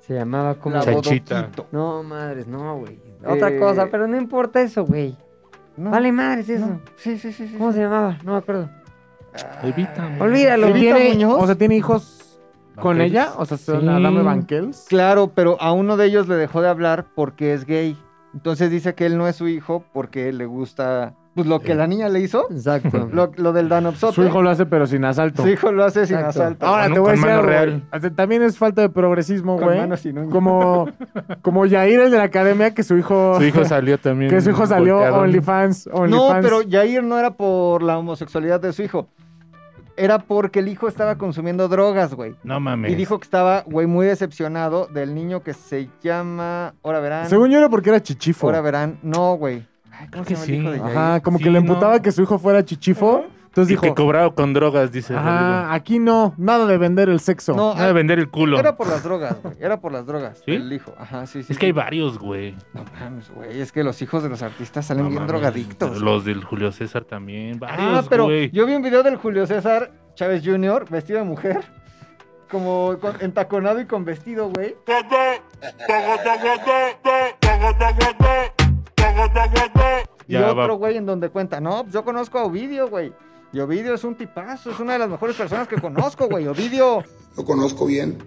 A: Se llamaba como...
B: la
D: Chanchita.
B: Bodoquito.
A: No, madres, no, güey.
B: Eh,
A: Otra cosa, pero no importa eso, güey.
B: No,
A: Vale, madres eso.
B: no. Sí, sí, sí. sí.
A: ¿Cómo se llamaba? No me acuerdo.
D: Evítame.
A: Olvídalo.
B: ¿Evita
A: Tiene-
B: Muñoz?
E: O sea, ¿tiene hijos con
D: Banquels.
E: ella? O sea, ¿son
A: Sí.
E: Adame Banquels?
B: Claro, pero a uno de ellos le dejó de hablar porque es gay. Entonces dice que él no es su hijo porque le gusta pues, lo que la niña le hizo,
A: Exacto.
B: lo, lo del Danopsote.
E: Eh. Su hijo lo hace, pero sin asalto.
B: Su hijo lo hace sin
A: Exacto.
B: asalto.
E: Ahora
D: Con-
E: te voy a
D: con
E: decir
D: mano
E: algo,
D: real.
E: güey. O sea, También es falta de progresismo,
B: con
E: Ah, güey.
B: manos y no.
E: Como, como Yair, el de la academia, que su hijo...
D: Su hijo salió también.
E: que su hijo salió
D: volteado.
E: OnlyFans.
B: No,
E: OnlyFans.
B: pero Jair no era por la homosexualidad de su hijo. Era porque el hijo estaba consumiendo drogas, güey.
D: No mames.
B: Y dijo que estaba, güey, muy decepcionado del niño que se llama... Ahora verán.
E: Según yo era porque era chichifo.
B: Ahora verán. No, güey. Ay,
D: Creo
B: "Ah, ¿Cómo
D: que
B: se llama el
D: sí.
B: hijo de Yair?
E: Ajá, como
D: Sí,
E: que le
D: no.
E: emputaba que su hijo fuera chichifo. Entonces
D: Y
E: dijo,
D: que cobraba con drogas, dice Rodrigo.
B: Ah.
E: ajá, aquí no, nada de vender el sexo.
B: No, ah,
D: Nada de vender el culo.
B: Era por las drogas, güey. Era por las drogas.
D: ¿Sí?
B: El hijo. Ajá, sí, sí.
D: Es que hay
B: sí.
D: varios, güey.
B: No mames, güey. Es que los hijos de los artistas salen
D: No
B: bien
D: mames.
B: drogadictos.
D: Los del Julio César también.
B: ah,
D: Varios,
B: pero
D: güey.
B: yo vi un video del Julio César Chávez Jr. vestido de mujer. Como con- entaconado y con vestido, güey. Y
D: Ya va.
B: otro güey en donde cuenta, no, pues yo conozco a Ovidio, güey. Y Ovidio es un tipazo, es una de las mejores personas que conozco, güey. Ovidio.
J: lo conozco bien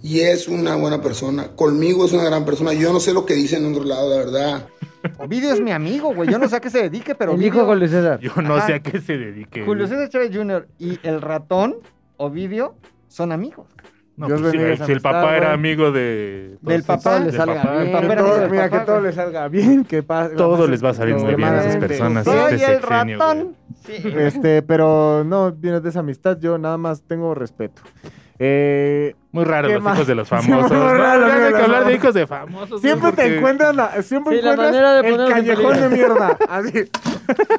J: y es una buena persona. Conmigo es una gran persona. Yo no sé lo que dicen en otro lado, la verdad.
B: Ovidio es mi amigo, güey. Yo no sé a qué se dedique, pero
A: el
B: Ovidio-
A: hijo con Luis César.
D: Yo no
B: Ajá.
D: sé a qué se dedique.
B: Julio
D: güey.
B: César Chávez Jr. y el ratón, Ovidio, son amigos.
D: No,
E: Dios
D: pues, si,
E: bendiga
D: el-
E: esa
D: si el
E: amistad,
D: papá era
E: güey.
D: amigo de.
B: Del papá.
D: Del
A: Le salga
D: papá.
A: bien.
E: Que
B: Papá era
E: todo-
B: amigo del
E: mira,
B: papá,
E: que todo
B: güey.
E: le salga bien, que pase.
D: Todo les va a salir muy bien a esas
E: Extremadamente.
D: personas.
B: Soy
D: este
B: el
D: sexenio,
B: ratón. Sí.
E: Este, pero no, viene de esa amistad, yo nada más tengo respeto. Eh,
D: Muy raro
E: ¿Qué
D: los
E: más?
D: hijos de los
E: Sí, muy
D: famosos. No,
E: raro,
D: ya no hay
E: los
D: que hablar de
E: famosos.
D: hijos de famosos.
E: siempre
D: güey, porque-
E: te encuentras la, siempre
A: Sí, la
E: encuentras
A: manera de
E: el
A: ponerlos en
E: callejón de
A: peligro.
E: mierda. Así.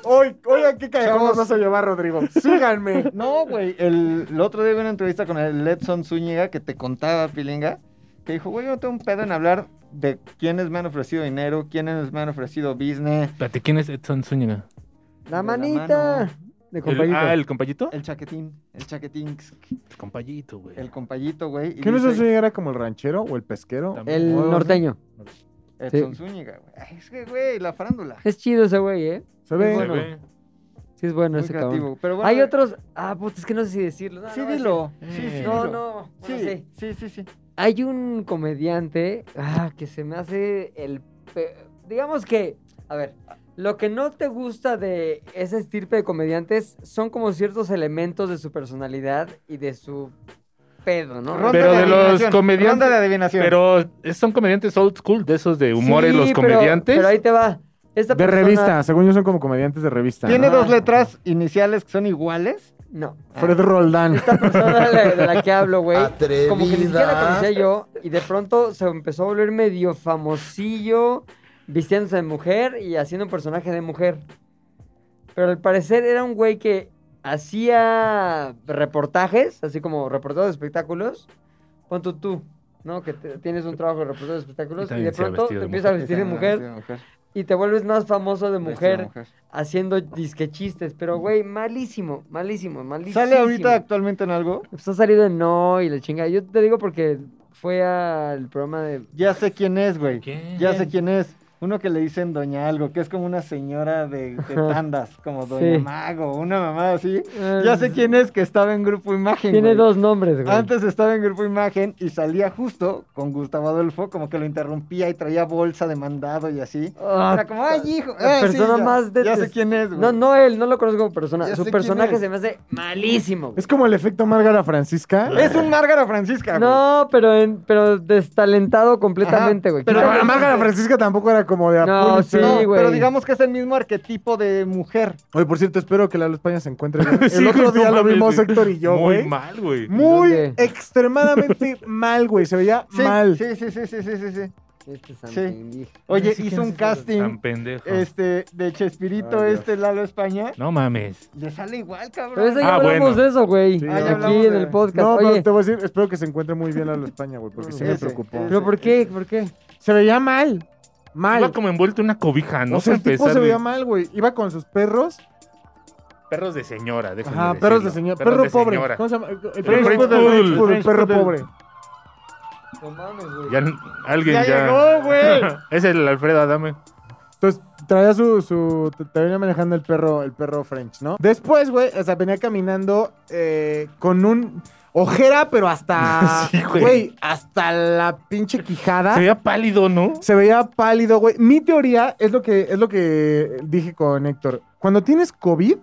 E: Hoy, hoy a qué callejón nos
B: Chavos.
E: vas a llevar, Rodrigo. Síganme.
B: No, güey. El, el otro día vi una entrevista con el Edson Zúñiga que te contaba, Pilinga, que dijo, güey, yo no tengo un pedo en hablar de quiénes me han ofrecido dinero, quiénes me han ofrecido business,
D: Espérate, ¿quién es Edson Zúñiga?
A: La
B: la
A: manita.
B: mano.
A: De
D: El,
A: compañero.
D: ah, el compañito.
B: el chaquetín, el chaquetín,
D: El compayito, güey.
B: el compayito, güey. y
E: ¿Qué no
B: dice,
E: sé si era como el ranchero o el pesquero?
D: También.
A: El
E: Bueno,
A: norteño.
B: Edson
A: Sí.
B: Zúñiga, güey. Ay, Es que, güey, la farándula.
A: Es chido ese güey, ¿eh?
E: Se ve.
D: Se
A: bueno.
D: ve.
A: Sí es bueno
B: Muy
A: ese cabrón.
B: creativo. Pero bueno,
A: Hay
B: güey,
A: otros... Ah, puta, es que no sé si decirlo. No,
B: Sí,
A: no,
B: dilo. Sí, sí,
A: No,
B: dilo.
A: no. bueno, sí.
B: Sí, sí, sí, sí.
A: Hay un comediante ah, que se me hace el... pe- Digamos que, a ver, lo que no te gusta de esa estirpe de comediantes son como ciertos elementos de su personalidad y de su pedo, ¿no?
B: Ronda
D: Pero de los
B: adivinación,
D: comediantes-
B: Ronda de adivinación.
D: Pero eh, son comediantes old school, de esos de humores,
A: Sí,
D: los
A: pero-
D: comediantes.
A: Pero, ahí te va. Esta
E: De
A: persona-
E: revista, según yo son como comediantes de revista.
B: Tiene
E: ¿no?
B: dos letras iniciales que son iguales.
A: No.
E: Fred Roldán.
A: Esta persona de la, de la que hablo, güey. Como que ni siquiera la
J: Atrevida.
A: conocía yo. Y de pronto se empezó a volver medio famosillo, vistiéndose de mujer y haciendo un personaje de mujer. Pero al parecer era un güey que hacía reportajes, así como reportero de espectáculos. Pon tú, tú, ¿no? Que te- tienes un trabajo de reportero de espectáculos y de
D: también se ha
A: pronto te
D: vestido de
A: empiezas a vestir de mujer
B: Vestido de mujer.
A: y te vuelves más famoso de
B: Vestido de
A: mujer haciendo disque chistes. Pero, güey, malísimo, malísimo, malísimo.
B: ¿Sale ahorita actualmente en algo?
A: Pues ha salido en No y la chinga. Yo te digo porque fue al programa de.
B: Ya sé quién es, güey.
D: ¿Quién?
B: Ya sé quién es. Uno que le dicen Doña Algo, que es como una señora de, de tandas, como Doña
A: Sí.
B: Mago, una mamada así. Ya sé quién es que estaba en Grupo Imagen.
A: eh, Tiene
B: güey.
A: dos nombres, güey.
B: Antes estaba en Grupo Imagen y salía justo con Gustavo Adolfo, como que lo interrumpía y traía bolsa de mandado y así.
A: Ah,
B: Era como, ay, hijo.
A: la
B: eh, sí,
A: persona
B: ya,
A: más
B: Ya
A: detest-
B: sé quién es, güey.
A: no, no él, no lo conozco como persona.
B: Ya
A: Su
B: sé quién
A: personaje
B: es.
A: se me hace malísimo. güey.
E: Es como el efecto Márgara Francisca.
B: Es un Márgara Francisca, güey.
A: No, pero en, pero destalentado completamente, güey.
E: Pero
A: Quita-
E: Márgara Francisca tampoco era como de
A: No,
E: Apolo,
A: sí.
E: ¿no?
B: No, pero
A: güey.
B: digamos que es el mismo arquetipo de mujer.
E: Oye, por cierto, espero que Lalo España se encuentre bien. El
D: Sí, güey,
E: otro
D: no
E: día lo
D: mames,
E: vimos
D: güey.
E: Héctor y yo,
D: Muy
E: güey.
D: mal, güey.
E: Muy
A: ¿Dónde?
E: extremadamente mal, güey. Se veía
B: Sí,
E: mal.
B: Sí, sí, sí, sí, sí, sí, sí.
A: Este es
B: Sí.
A: Santingui.
B: Oye,
E: Sí,
B: hizo
E: ¿quién
B: un
E: es ese?
B: casting
D: Tan pendejo.
B: este, de Chespirito,
E: Ay, Dios.
B: este Lalo España.
D: No mames.
B: Le sale igual,
A: Pero
B: cabrón.
A: eso ya
D: Ah,
A: hablamos
D: bueno.
A: de eso, güey.
E: Sí,
B: Ah, ya
A: aquí
B: hablamos
A: en
B: de-
A: el podcast.
E: No,
A: Oye,
E: pero te voy a decir, espero que se encuentre muy bien Lalo España, güey, porque sí me
B: Ese,
E: preocupó.
B: ese.
A: ¿pero por qué? ¿Por qué?
E: Se veía mal. Mal.
D: Iba como envuelto en una cobija, ¿no?
E: o sea, el
D: Para
E: tipo se
D: empezar,
E: veía
D: güey.
E: mal, güey. Iba con sus perros.
D: Perros de señora, déjame
E: Ajá, perros de
D: decirlo.
E: señor. Perro
D: de
E: pobre.
D: señora.
E: ¿Cómo se llama? El
D: French
E: perro
D: Poodle.
E: pobre. French Poodle, El
B: French
E: perro
B: Poodle.
E: pobre.
A: No mames, güey.
D: Ya n- alguien
B: Ya
D: ya.
B: llegó, güey.
D: es el Alfredo Adame.
E: Entonces traía su, su te- te venía manejando el perro, el perro French, ¿no? Después, güey, o sea, venía caminando eh, con un ojera, pero hasta,
D: Sí, güey.
E: güey, hasta la pinche quijada.
D: Se veía pálido, ¿no?
E: Se veía pálido, güey. Mi teoría es lo que es lo que dije con Héctor. Cuando tienes COVID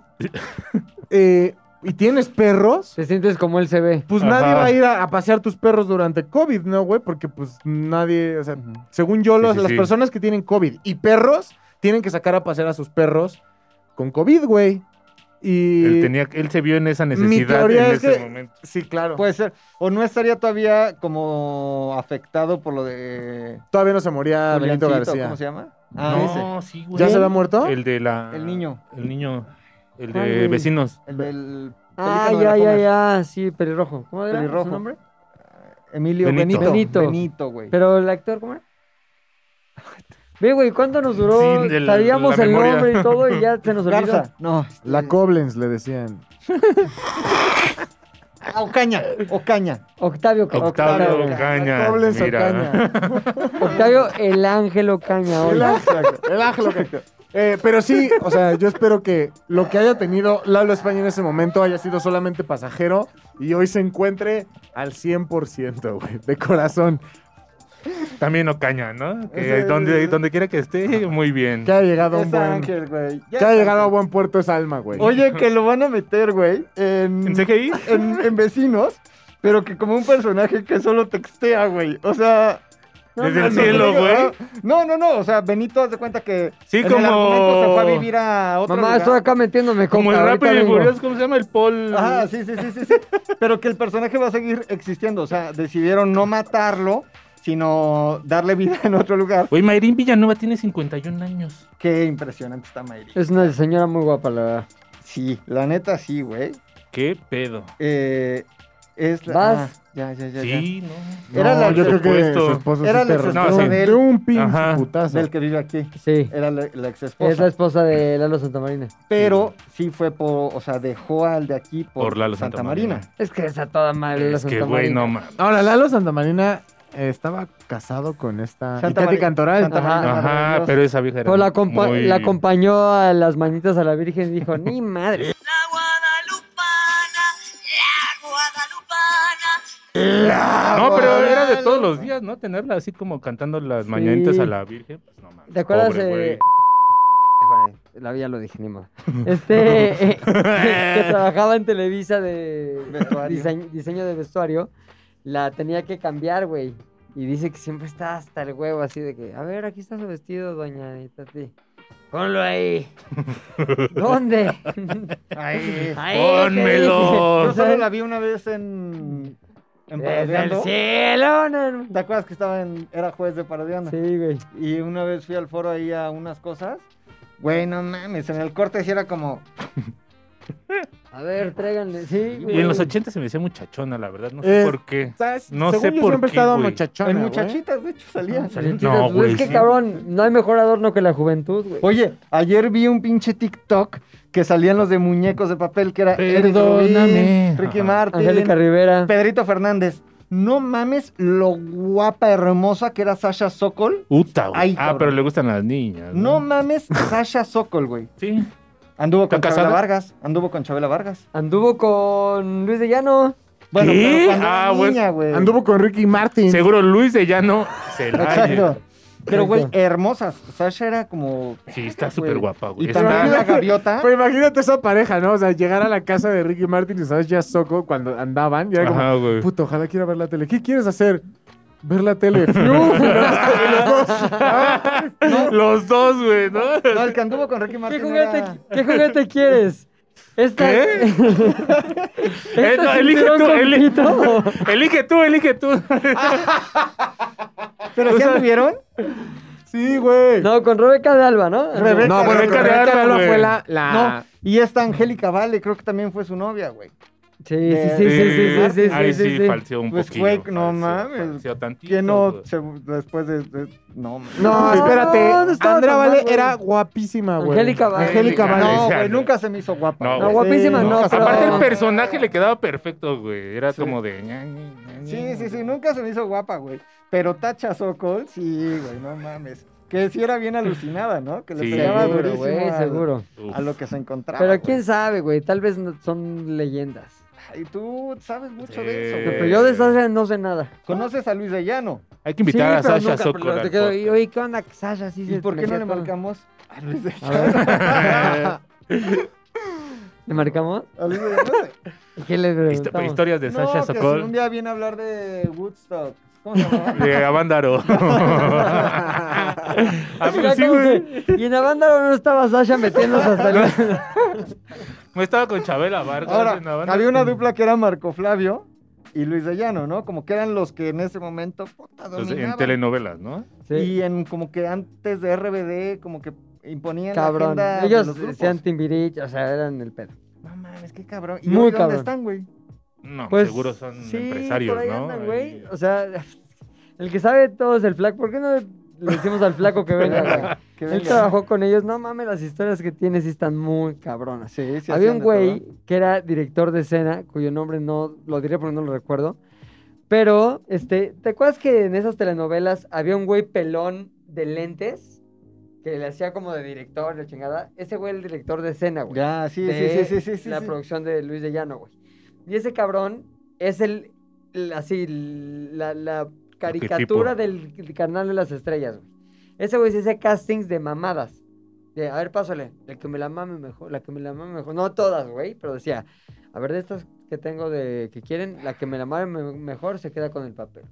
E: eh, y tienes perros,
A: Te sientes como él se ve.
E: pues
D: Ajá.
E: nadie va a ir a, a pasear tus perros durante COVID, ¿no, güey? Porque pues nadie, o sea, según yo,
D: Sí,
E: los-
D: sí,
E: las
D: sí.
E: personas que tienen COVID y perros tienen que sacar a pasear a sus perros con COVID, güey. Y...
D: Él, tenía, él se vio en esa necesidad
E: teoría
D: en
E: es
D: ese
E: que-
D: momento. Pues,
E: Sí, claro.
B: Puede ser. O no estaría todavía como afectado por lo de.
E: Todavía no se
A: Ah,
E: moría Benito
B: Juliancito,
E: García.
B: ¿Cómo se llama? Ah, ese.
D: no, sí, güey.
E: ¿Ya se había muerto?
D: El de la.
B: El niño.
D: El niño. El
A: ¿Cuál,
D: de
A: güey?
D: vecinos.
B: El del.
A: Ah,
B: pelícano de
A: ya,
B: la
A: ya,
B: Comer.
A: ya. Sí, pelirrojo. ¿Cómo era su
B: Pelirrojo.
A: nombre?
B: Emilio
D: Benito.
B: Benito.
A: Benito.
B: Benito, güey.
A: Pero el actor, ¿cómo era? Ve, güey, ¿cuánto nos duró?
D: Sí, de la-
A: Sabíamos
D: la
A: el
D: memoria.
A: nombre y todo y ya se nos olvidó.
B: Garza. No. este,
E: La Koblenz le decían.
B: ah, Ocaña. Ocaña.
A: Octavio, Ca-
D: Octavio
A: Octavio,
D: Ocaña.
E: Koblenz
D: Ah, Mira.
E: Ocaña.
A: Octavio, el ángel Ocaña.
E: El
A: hola.
E: ángel, el ángel, ok. Eh, pero sí, o sea, yo espero que lo que haya tenido Lalo España en ese momento haya sido solamente pasajero y hoy se encuentre al 100%, güey, de corazón.
D: También Ocaña, ¿no? Que
E: Ese-
D: donde, donde quiera que esté, muy bien.
E: Que haya llegado a un
B: Es
E: buen...
B: Ángel, güey. Ya
E: Que haya
B: es
E: llegado a
B: Ángel.
E: buen puerto esa alma, güey.
B: Oye, que lo van a meter, güey. En,
D: ¿En CGI?
B: en- en vecinos. Pero que como un personaje que solo textea, güey. O sea.
D: Desde el
B: mames,
D: cielo,
B: digo,
D: güey.
B: No, no, no. O sea, Benito haz de cuenta que.
D: Sí,
B: en el
D: como-
B: argumento se fue a vivir a otro
A: Mamá,
B: lugar.
A: estoy acá metiéndome con
D: Como el rápido y furioso, ¿cómo se llama? El Paul.
B: Ajá, sí, sí, sí, sí, sí. Pero que el personaje va a seguir existiendo. O sea, decidieron no matarlo, sino darle vida en otro lugar.
D: Güey, Mayrín Villanueva tiene 51 años.
B: Qué impresionante está Mayri.
A: Es una señora muy guapa, la verdad.
B: Sí, la neta sí, güey.
D: ¿Qué pedo?
B: Eh, es la...
A: Vas.
B: ah, ya, ya, ya.
D: Sí, no.
E: No,
B: era la-
E: yo creo que
D: supuesto.
E: su esposo
B: Era
E: sí te
B: la ex
D: No, sí.
E: de él. un pinche
D: Ajá.
B: ya.
E: putazo.
B: Del que vive aquí.
A: Sí,
B: Era la, la ex
A: es la
B: esposa.
A: esposa de Lalo Santamarina.
B: Pero sí fue por... O sea, dejó al de aquí por,
D: Por Lalo
B: Santa,
D: Santamarina.
B: Marina.
A: Es que es a toda madre Lalo
D: Es que, güey,
A: Santamarina.
D: no mames.
E: Ahora, Lalo Santamarina eh, estaba casado con esta...
B: Santa
E: y Tati
B: Mari-
E: Cantoral.
B: Santa
A: Ajá.
B: Marina
D: Ajá,
B: maravillosa.
D: pero esa vieja era.
A: Pero Pues la, compa-
D: muy-
A: la acompañó a las manitas a la Virgen y dijo, ni madre.
H: La guadalupana, la guadalupana.
D: No, pero era de todos los días, ¿no? Tenerla así como cantando las mañanitas a la Virgen. Pues no mames.
A: ¿Te acuerdas
D: Pobre,
A: de-
D: güey.
A: la ya lo dije, ni modo. Este, eh, que, que trabajaba en Televisa de
B: Vestuario.
A: diseño, diseño de vestuario, la tenía que cambiar, güey. Y dice que siempre está hasta el huevo, así de que, a ver, aquí está su vestido, doña Tati. Ponlo ahí. ¿Dónde?
B: Ahí.
A: Ahí, te
D: Pónmelo.
A: dije.
B: Yo solo la vi una vez en. En
A: Desde el
B: Parodiando.
A: cielo. no, no.
B: ¿Te acuerdas que estaba en. Era juez de Parodiando?
A: Sí, güey.
B: Y una vez fui al foro ahí a unas cosas. Güey, no mames, en el corte sí era como.
A: A ver, tráiganle. Sí, güey.
D: Y en los 80 se me decía muchachona, la verdad, no
E: Eh,
D: sé por qué.
E: ¿Sabes?
D: No
E: Según
D: sé
E: yo
D: por
E: siempre he
D: qué,
E: estado
D: güey.
E: muchachona,
B: En
E: güey.
B: muchachitas, de hecho, salía.
D: No,
A: Pues
D: güey.
A: es que
D: sí.
A: cabrón, no hay mejor adorno que la juventud, güey.
B: Oye, ayer vi un pinche TikTok que salían los de muñecos de papel, que era Eric
D: Perdóname.
B: Rubin, Ricky
D: Ajá.
B: Martin,
A: Angélica Rivera.
B: Pedrito Fernández. No mames lo guapa, hermosa que era Sasha Sokol.
D: Uta, güey.
B: Ay,
D: ah,
B: cabrón.
D: pero le gustan las niñas.
B: No mames Sasha Sokol, güey.
D: Sí.
B: Anduvo con
D: ¿Está
B: Chabela
D: casada?
B: Vargas. Anduvo con Chabela Vargas.
A: Anduvo con Luis de Llano.
B: Bueno,
D: ¿Qué?
B: pero cuando era
D: Ah, bueno.
B: niña, güey.
E: Anduvo con Ricky Martin.
D: Seguro Luis de Llano se la
B: Exacto. Pero, güey, hermosas. Sasha era como...
D: Sí, está
B: Güey.
D: súper guapa, güey.
B: Y
D: Está-
B: también la gaviota.
E: Pero Pues imagínate esa pareja, ¿no? O sea, llegar a la casa de Ricky Martin y sabes ya Soco cuando andaban. Y era como,
D: Ajá, güey.
E: puto, ojalá quiera ver la tele. ¿Qué quieres hacer? Ver la tele. Fiu, los- los dos.
D: Los dos, güey, ¿no?
B: No, el que anduvo con Ricky
A: ¿Qué
B: Martin
A: juguete,
B: era-
A: qué juguete quieres? Esta...
D: ¿Qué?
A: Este
D: Eh, no, elige
A: cinturón
D: tú,
A: con
D: eli-
A: pito.
D: elige tú, elige tú.
B: ¿Pero si anduvieron?
E: Sí, güey.
A: No, con Rebeca de Alba, ¿no?
B: Rebeca.
E: No, bueno,
D: Rebeca
E: con
D: de
E: Rebeca
D: Alba,
E: Alba
D: güey.
E: fue la...
D: ah.
E: la-
B: No. Y esta Angélica Vale, creo que también fue su novia, güey.
A: Sí, sí, sí, sí, sí, sí, sí, sí,
D: Ahí sí,
A: sí, sí.
D: falseó un
B: Pues,
D: poquito.
B: güey, no mames. Que no, se- después de, de- No, mames.
E: No, espérate.
A: no estaba
E: Andrea
A: tan mal,
E: Vale
A: güey.
E: era guapísima, güey.
A: Angélica Vale.
E: Angélica Vale.
D: Angélica,
B: No,
D: Vale.
B: güey, nunca se me hizo guapa.
D: No,
A: No,
D: güey.
A: guapísima,
E: Sí,
A: no,
E: no,
A: pero...
D: Aparte el personaje le quedaba perfecto, güey. Era
B: Sí.
D: como de...
B: Sí, sí, sí, nunca se me hizo guapa, güey. Pero Tacha Sokol, sí, güey, no mames. Que sí era bien alucinada, ¿no? Que le
D: Sí.
B: pegaba
A: Seguro,
B: durísimo
A: güey,
B: al-
A: seguro.
D: Uf.
B: a lo que se encontraba.
A: Pero
B: güey.
A: quién sabe, güey, tal vez no- son leyendas.
B: Y tú sabes mucho
D: Sí.
B: de eso,
A: Pero
B: güey.
A: yo de esas no sé nada.
B: ¿Conoces a Luis de Llano?
D: Hay que invitar
A: Sí,
D: a
A: pero
D: Sasha
A: nunca-
D: Sokol
A: pero
D: al
A: te quedo,
D: podcast.
A: y, Oye, ¿qué onda, Sasha? Sí,
B: ¿Y
A: se-
B: por
A: me
B: qué no
A: decía
B: le
A: todo.
B: marcamos a Luis de
A: A
B: Llano?
A: ver. ¿Le marcamos?
B: A Luis de Llano.
A: ¿Y qué le
D: Histo-
A: preguntamos?
D: Historias de Sasha
B: no, que si un
D: Sokol.
B: día viene a hablar de Woodstock. ¿Cómo se llama?
D: De Avándaro. ah, pero sí,
A: Ya como
D: güey.
A: que- Y en Avándaro no estaba Sasha metiéndose hasta el...
D: No estaba con Chabela Vargas.
B: Ahora,
D: en Avándaro.
B: había una dupla que era Marco Flavio y Luis de Llano, ¿no? Como que eran los que en ese momento, puta,
D: Pues, en
B: dominaban.
D: telenovelas, ¿no?
A: Sí,
B: Y en como que antes de RBD, como que imponían
A: cabrón.
B: la agenda de
A: Ellos
B: los grupos.
A: sean Timbirich, o sea, eran el pedo.
B: No mames, qué cabrón. ¿Y
A: Muy
B: hoy
A: cabrón.
B: dónde están, güey?
D: No,
A: Pues,
D: seguro son
A: sí,
D: empresarios,
A: por ahí
D: ¿no?
A: andan,
D: Ahí-
A: güey. O sea, el que sabe todo es el flaco. ¿Por qué no le decimos al flaco que venga, güey?
B: Que
A: Él
B: vengan.
A: trabajó con ellos. No mames, las historias que tiene sí están muy cabronas.
B: Sí, sí,
A: Había
B: hacían
A: un
B: de
A: güey
B: todo.
A: que era director de escena, cuyo nombre no lo diré porque no lo recuerdo. Pero, este, ¿te acuerdas que en esas telenovelas había un güey pelón de lentes? Que le hacía como de director, la chingada. Ese güey era el director de escena, güey.
B: Ya, sí, sí,
A: de
B: sí, sí, sí, sí.
A: La
B: sí.
A: producción de Luis de Llano, güey. Y ese cabrón es el, el- así, la, la caricatura del, canal de las estrellas, güey. Ese güey se hace castings de mamadas. De, a ver, pásale, la que me la mame mejor, la que me la mame mejor. No todas, güey, pero decía, a ver, de estas que tengo de que quieren, la que me la mame me- mejor se queda con el papel.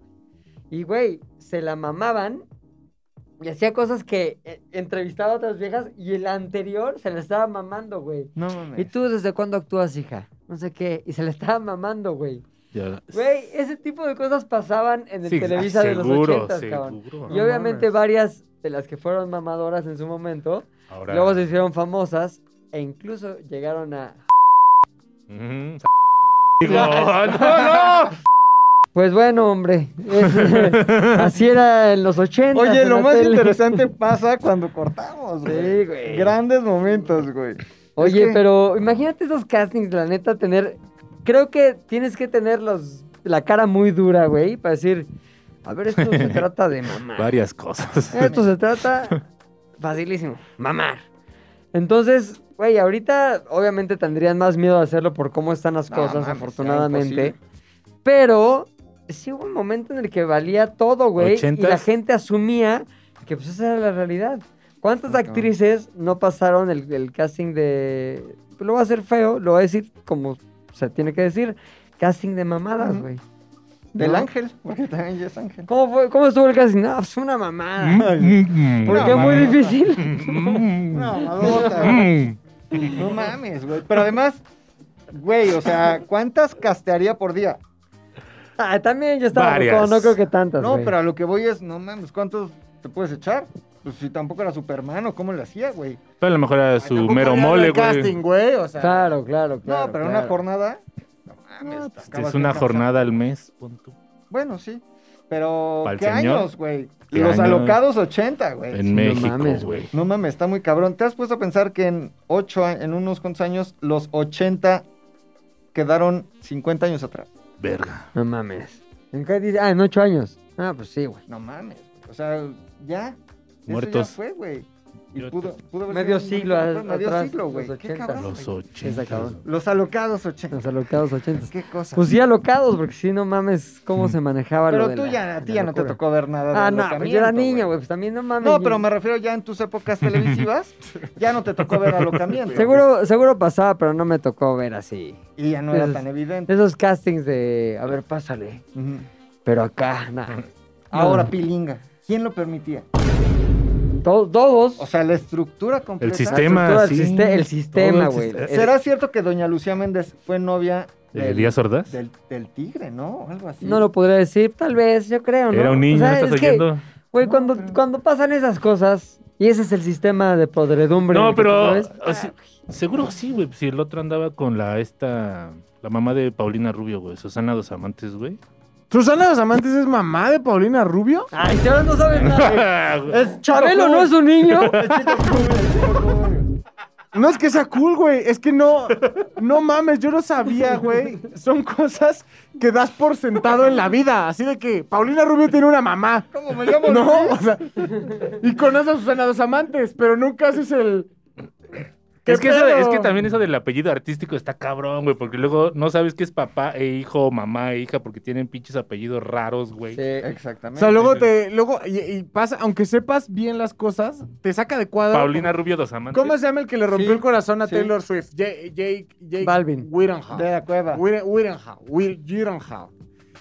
A: Y, güey, se la mamaban y hacía cosas que eh, entrevistaba a otras viejas y el anterior se la estaba mamando, güey.
B: No
A: ¿Y
B: mames.
A: tú desde cuándo actúas, hija? No sé qué. Y se la estaba mamando, güey. Güey, ese tipo de cosas pasaban en el
D: Sí,
A: Televisa de
D: seguro,
A: los 80, cabrón.
D: seguro.
A: Y obviamente varias de las que fueron mamadoras en su momento,
D: Ahora-
A: luego se hicieron famosas e incluso llegaron a...
D: Ujú. Digo, mm, no, no.
A: Pues bueno, hombre, es- así era en los 80.
B: Oye,
A: en
B: lo
A: la
B: más
A: tele.
B: interesante pasa cuando cortamos, güey.
A: Sí, güey.
B: Grandes momentos, güey.
A: Oye,
B: Es que-
A: pero imagínate esos castings, la neta, tener. Creo que tienes que tener los, la cara muy dura, güey, para decir: A ver, esto se trata de mamar.
D: Varias cosas.
A: Esto se trata. Facilísimo, mamar. Entonces, güey, ahorita obviamente tendrían más miedo a hacerlo por cómo están las
B: No,
A: cosas,
B: mames, ya,
A: afortunadamente. Pero sí hubo un momento en el que valía todo, güey, y la
D: ¿Ochentas?
A: gente asumía que pues esa era la realidad. ¿Cuántas actrices no pasaron el, el casting de... pues, Lo voy a hacer feo, lo voy a decir como se tiene que decir. Casting de mamadas, güey.
B: Del
A: ¿No?
B: ángel, porque también ya es ángel.
A: ¿Cómo, fue- ¿Cómo estuvo el casting? No, pues una mamada.
D: ¿Por
A: Porque es muy difícil.
D: Mm,
B: No, madota, güey. No mames, güey. Pero además, güey, o sea, ¿cuántas castearía por día?
A: Ah, también yo estaba
D: Varias.
A: ruco, no creo que tantas,
B: No,
A: güey.
B: pero a lo que voy es, no mames, ¿cuántos te puedes echar? Pues si tampoco era Superman o cómo le hacía, güey.
D: Pero a lo mejor era su mero mole, güey.
E: güey. O sea,
A: Claro, claro, claro.
B: no, pero
A: claro.
B: una jornada. No mames,
D: Ah,
B: te
D: pues,
B: acabas
D: Es
B: bien
D: una
B: cansado.
D: jornada al mes. pon tú.
B: Bueno, sí. Pero,
D: Pa'l
B: ¿qué
D: señor?
B: años, güey?
D: ¿Qué
B: Los
D: años?
B: alocados 80, güey.
D: En
A: mames,
D: México, güey.
B: No mames, está muy cabrón. ¿Te has puesto a pensar que en ocho, a- en unos cuantos años, los 80 quedaron 50 años atrás?
D: Verga.
A: No mames. ¿En qué dice? Ah, en ocho años. Ah, pues sí, güey.
B: No mames. güey. O sea, ya.
D: Muertos.
B: Eso ya fue, güey. Y
D: Yo
B: pudo, pudo haber
A: Medio
B: sido un
A: siglo
B: montón de cosas.
A: atrás,
B: Medio siglo,
A: los
B: güey. Qué
A: 80.
B: cabrón.
D: Los
B: güey.
A: Se
D: 80.
A: acabó.
B: Los alocados 80.
A: Los alocados ochentas.
B: Qué cosa.
A: Pues sí, alocados, porque si no mames, cómo se manejaba lo
B: pero
A: de
B: tú
A: la-
B: ya, a ti
A: la
B: ya no te
A: locura.
B: tocó ver nada de
A: Ah, no, pues yo era
B: alocamiento,
A: niño, güey, pues también no mames.
B: No,
A: ni-
B: pero me refiero ya en tus épocas televisivas, ya no te tocó ver alocamiento.
A: Seguro, seguro pasaba, pero no me tocó ver así.
B: Y ya no era
A: Entonces-
B: tan evidente.
A: Esos castings de, a ver, pásale.
B: Ujú.
A: Pero acá, nada.
B: Ahora, pilinga. ¿Quién lo permitía?
A: To- todos.
B: O sea, la estructura completa.
D: El sistema,
A: Todo el,
D: sí.
A: siste- el sistema,
D: Todo
A: güey.
D: el sistema.
A: El-
B: ¿Será cierto que doña Lucía Méndez fue novia
D: ¿De Díaz Ordaz?
B: del, del tigre, no? O algo así.
A: No lo podría decir, tal vez, yo creo, ¿no?
D: Era un niño,
A: O sea,
D: ¿no
A: es
D: estás
A: que,
D: oyendo?
A: Güey, cuando, cuando pasan esas cosas, y ese es el sistema de podredumbre. en
D: No,
A: el que
D: pero.
A: tú ves,
D: o sea, seguro sí, güey. Si el otro andaba con la esta. La mamá de Paulina Rubio, güey. Susana Dos Amantes, güey.
E: Susana Los Amantes es mamá de Paulina Rubio.
A: Ay, si ahora no sabes nada.
D: es
A: Chabelo no es un niño.
E: No es que sea cool, güey. Es que no. No mames, yo no sabía, güey. Son cosas que das por sentado en la vida. Así de que Paulina Rubio tiene una mamá.
B: ¿Cómo me llamo?
E: No, o sea. Y conoce a Susana Dos Amantes, pero nunca haces el. ¿Qué
D: que, eso,
E: pedo?
D: es que también eso del apellido artístico está cabrón, güey. Porque luego no sabes qué es papá e hijo, mamá e hija, porque tienen pinches apellidos raros, güey.
E: O
B: Exactamente.
E: sea, luego te. Luego, y, y pasa, aunque sepas bien las cosas, te saca de cuadro.
D: Paulina Rubio Dos Amantes.
E: ¿Cómo se llama el que le rompió
B: Sí,
E: el corazón a
B: sí.
E: Taylor Swift? Jake. Jake. Jake
A: Balvin.
E: Whittenhouse.
B: De la cueva.
E: Whitten- Whittenhouse. Whit- Whittenhouse.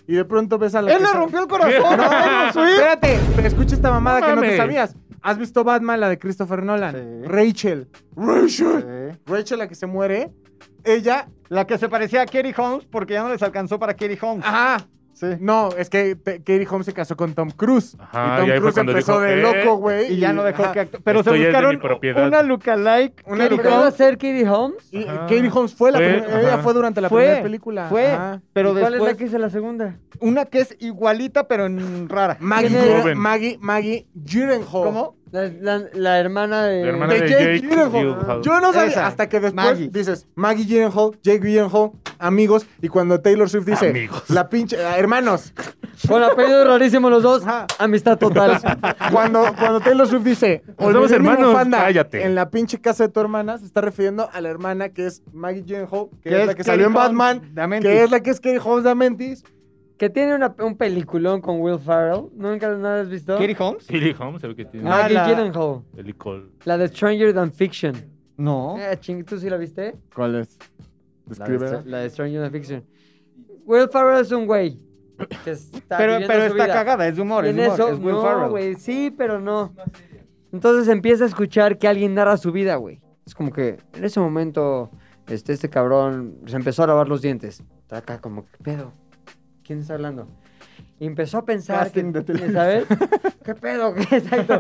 E: Y de pronto ves a la.
B: Él
E: que
B: le
E: sabe-
B: rompió el corazón.
E: No, espérate, pero escucha esta mamada
D: No
E: que no te
D: mames.
E: sabías. ¿Has visto Batman, la de Christopher Nolan?
B: Sí.
E: Rachel. Rachel.
B: Sí.
E: Rachel, la que se muere. Ella.
B: La que se parecía a Kerry Holmes porque ya no les alcanzó para Kerry Holmes.
A: Ah,
E: Ajá.
B: Sí.
E: No, es que te- Katie Holmes se casó con Tom Cruise.
D: Ajá,
E: y Tom
D: y ahí fue
E: Cruise
D: cuando
E: empezó
D: dijo,
E: de
D: "Eh".
E: loco, güey.
B: Y ya no dejó
E: ajá.
B: que actu- Pero se
D: Esto ya es de mi
B: buscaron
D: propiedad.
B: una lookalike.
E: Una
B: Kerry
E: lookalike.
A: ¿Llegó
B: Holmes.
A: a ser Katie Holmes?
E: Y, y
D: Ajá.
E: Katie Holmes fue la
D: Fue,
E: primera. Ella
D: ajá.
E: fue durante la
B: Fue,
E: primera película.
B: Fue,
E: Ajá.
B: pero
A: ¿Y ¿Cuál es
B: después
A: la que hizo la segunda?
B: una que es igualita pero en rara.
E: Maggie,
A: ¿Quién era?
E: Gyllen- Maggie, Maggie Gyllenhaal.
B: ¿Cómo?
A: La, la- la hermana de...
D: La hermana
E: De
D: de
E: Jake
D: Jake
E: Gyllenhaal.
D: Gyllenhaal.
E: Yo no sabía
B: Esa,
E: hasta que después
B: Maggie.
E: dices Maggie Gyllenhaal, Jake Gyllenhaal, amigos. Y cuando Taylor Swift dice
D: Amigos.
E: la pinche ah, hermanos,
A: Con apellidos rarísimos los dos.
E: Ajá.
A: Amistad total.
E: cuando, cuando Taylor Swift dice
D: somos
E: "Olvidé mi
D: hermanos,
E: bufanda
D: cállate.
E: en la pinche casa de tu hermana, se está refiriendo a la hermana que es Maggie Gyllenhaal, que, es, la que
B: Kerry
E: salió en
B: Holmes
E: Batman,
B: de Amentis.
E: que es la que es Katie Holmes de Amentis.
A: que tiene una- un peliculón con Will Ferrell. ¿Nunca lo has visto?
B: Kerry Holmes?
D: Philly Holmes, se ve que tiene
A: Maggie
B: Ah, pues, la-
A: Gyllenhaal.
D: el licor.
A: La de Stranger Than Fiction.
B: No.
A: Eh, ching, ¿Tú sí la viste?
E: ¿Cuál es?
A: La de, Stra- la de Stranger Than Fiction. Will Ferrell es un güey. que está
B: Pero,
A: viviendo
B: pero
A: su
B: está
A: vida.
B: cagada, es de humor,
A: Y
B: es
A: en
B: de humor,
A: eso,
B: es Will
A: no,
B: Ferrell.
A: güey, sí, pero no. Entonces empieza a escuchar que alguien narra su vida, güey. Es como que en ese momento este, este cabrón se empezó a lavar los dientes. Está acá como, ¿qué pedo? ¿Quién está hablando? Y empezó a pensar, que,
B: Casting de televisión.
A: ¿sabes? ¿Qué pedo? Exacto.